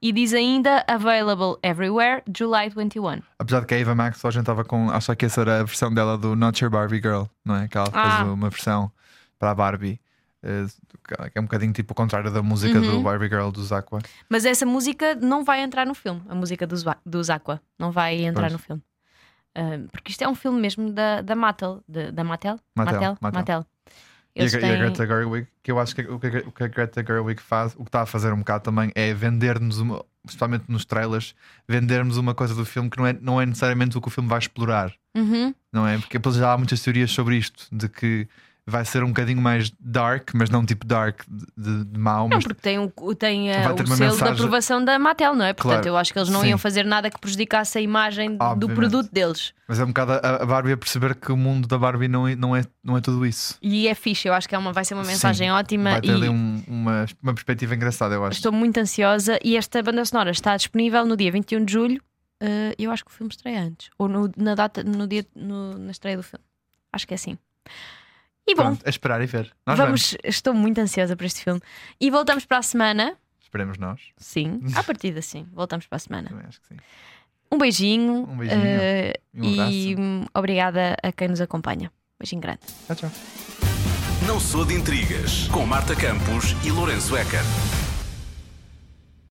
[SPEAKER 2] E diz ainda Available Everywhere, July 21.
[SPEAKER 5] Apesar de que a Eva Max só a gente estava com. Acho que essa era a versão dela do Not Your Barbie Girl, não é? Que ela fez
[SPEAKER 2] Ah.
[SPEAKER 5] uma versão para a Barbie. eh, Que é um bocadinho tipo o contrário da música
[SPEAKER 2] Uhum.
[SPEAKER 5] do Barbie Girl dos Aqua.
[SPEAKER 2] Mas essa música não vai entrar no filme. A música dos, Wa- dos Aqua não vai entrar
[SPEAKER 5] Pois.
[SPEAKER 2] no filme. Ah, porque isto é um filme mesmo da, da Mattel. de- da Mattel?
[SPEAKER 5] Mattel,
[SPEAKER 2] Mattel.
[SPEAKER 5] Mattel. E a,
[SPEAKER 2] Eles
[SPEAKER 5] Gre- e a
[SPEAKER 2] têm-
[SPEAKER 5] Greta Gerwig, que eu acho que o, que a- o que a Greta Gerwig faz, o que está a fazer um bocado também, é vender-nos uma, especialmente nos trailers, vender-nos uma coisa do filme que não é, não é necessariamente o que o filme vai explorar,
[SPEAKER 2] Uhum.
[SPEAKER 5] não é? Porque depois já há muitas teorias sobre isto, de que vai ser um bocadinho mais dark, mas não tipo dark de, de, de mau,
[SPEAKER 2] Não,
[SPEAKER 5] mas
[SPEAKER 2] porque tem o, o- tem, ah,
[SPEAKER 5] Vai ter
[SPEAKER 2] o
[SPEAKER 5] uma
[SPEAKER 2] selo
[SPEAKER 5] mensagem-
[SPEAKER 2] da aprovação da Mattel, não é? Portanto,
[SPEAKER 5] Claro,
[SPEAKER 2] eu acho que eles não
[SPEAKER 5] sim.
[SPEAKER 2] iam fazer nada que prejudicasse a imagem do
[SPEAKER 5] Obviamente.
[SPEAKER 2] produto deles.
[SPEAKER 5] Mas é um bocado a a Barbie a perceber que o mundo da Barbie não é, não é, não é tudo isso.
[SPEAKER 2] E é fixe, eu acho que é uma, vai ser uma mensagem
[SPEAKER 5] Sim,
[SPEAKER 2] ótima.
[SPEAKER 5] Vai ter
[SPEAKER 2] e
[SPEAKER 5] ali um- uma, uma perspectiva engraçada, eu acho.
[SPEAKER 2] Estou muito ansiosa. E esta banda sonora está disponível no dia 21 de julho. Eh, eu acho que o filme estreia antes. Ou no, na data, no dia, no- na estreia do filme. Acho que é assim. E bom,
[SPEAKER 5] Pronto, a esperar e ver. Nós vamos.
[SPEAKER 2] vamos. Estou muito ansiosa para este filme. E voltamos para a semana.
[SPEAKER 5] Esperemos nós. [LAUGHS]
[SPEAKER 2] Sim, à partida, sim. Voltamos para a semana.
[SPEAKER 5] Também acho que sim.
[SPEAKER 2] Um beijinho.
[SPEAKER 5] Um beijinho.
[SPEAKER 2] eh,
[SPEAKER 5] E um abraço.
[SPEAKER 2] e hum, obrigada a quem nos acompanha. Beijinho grande.
[SPEAKER 5] Tchau, tchau.
[SPEAKER 4] Não sou de intrigas com Marta Campos e Lourenço Eker.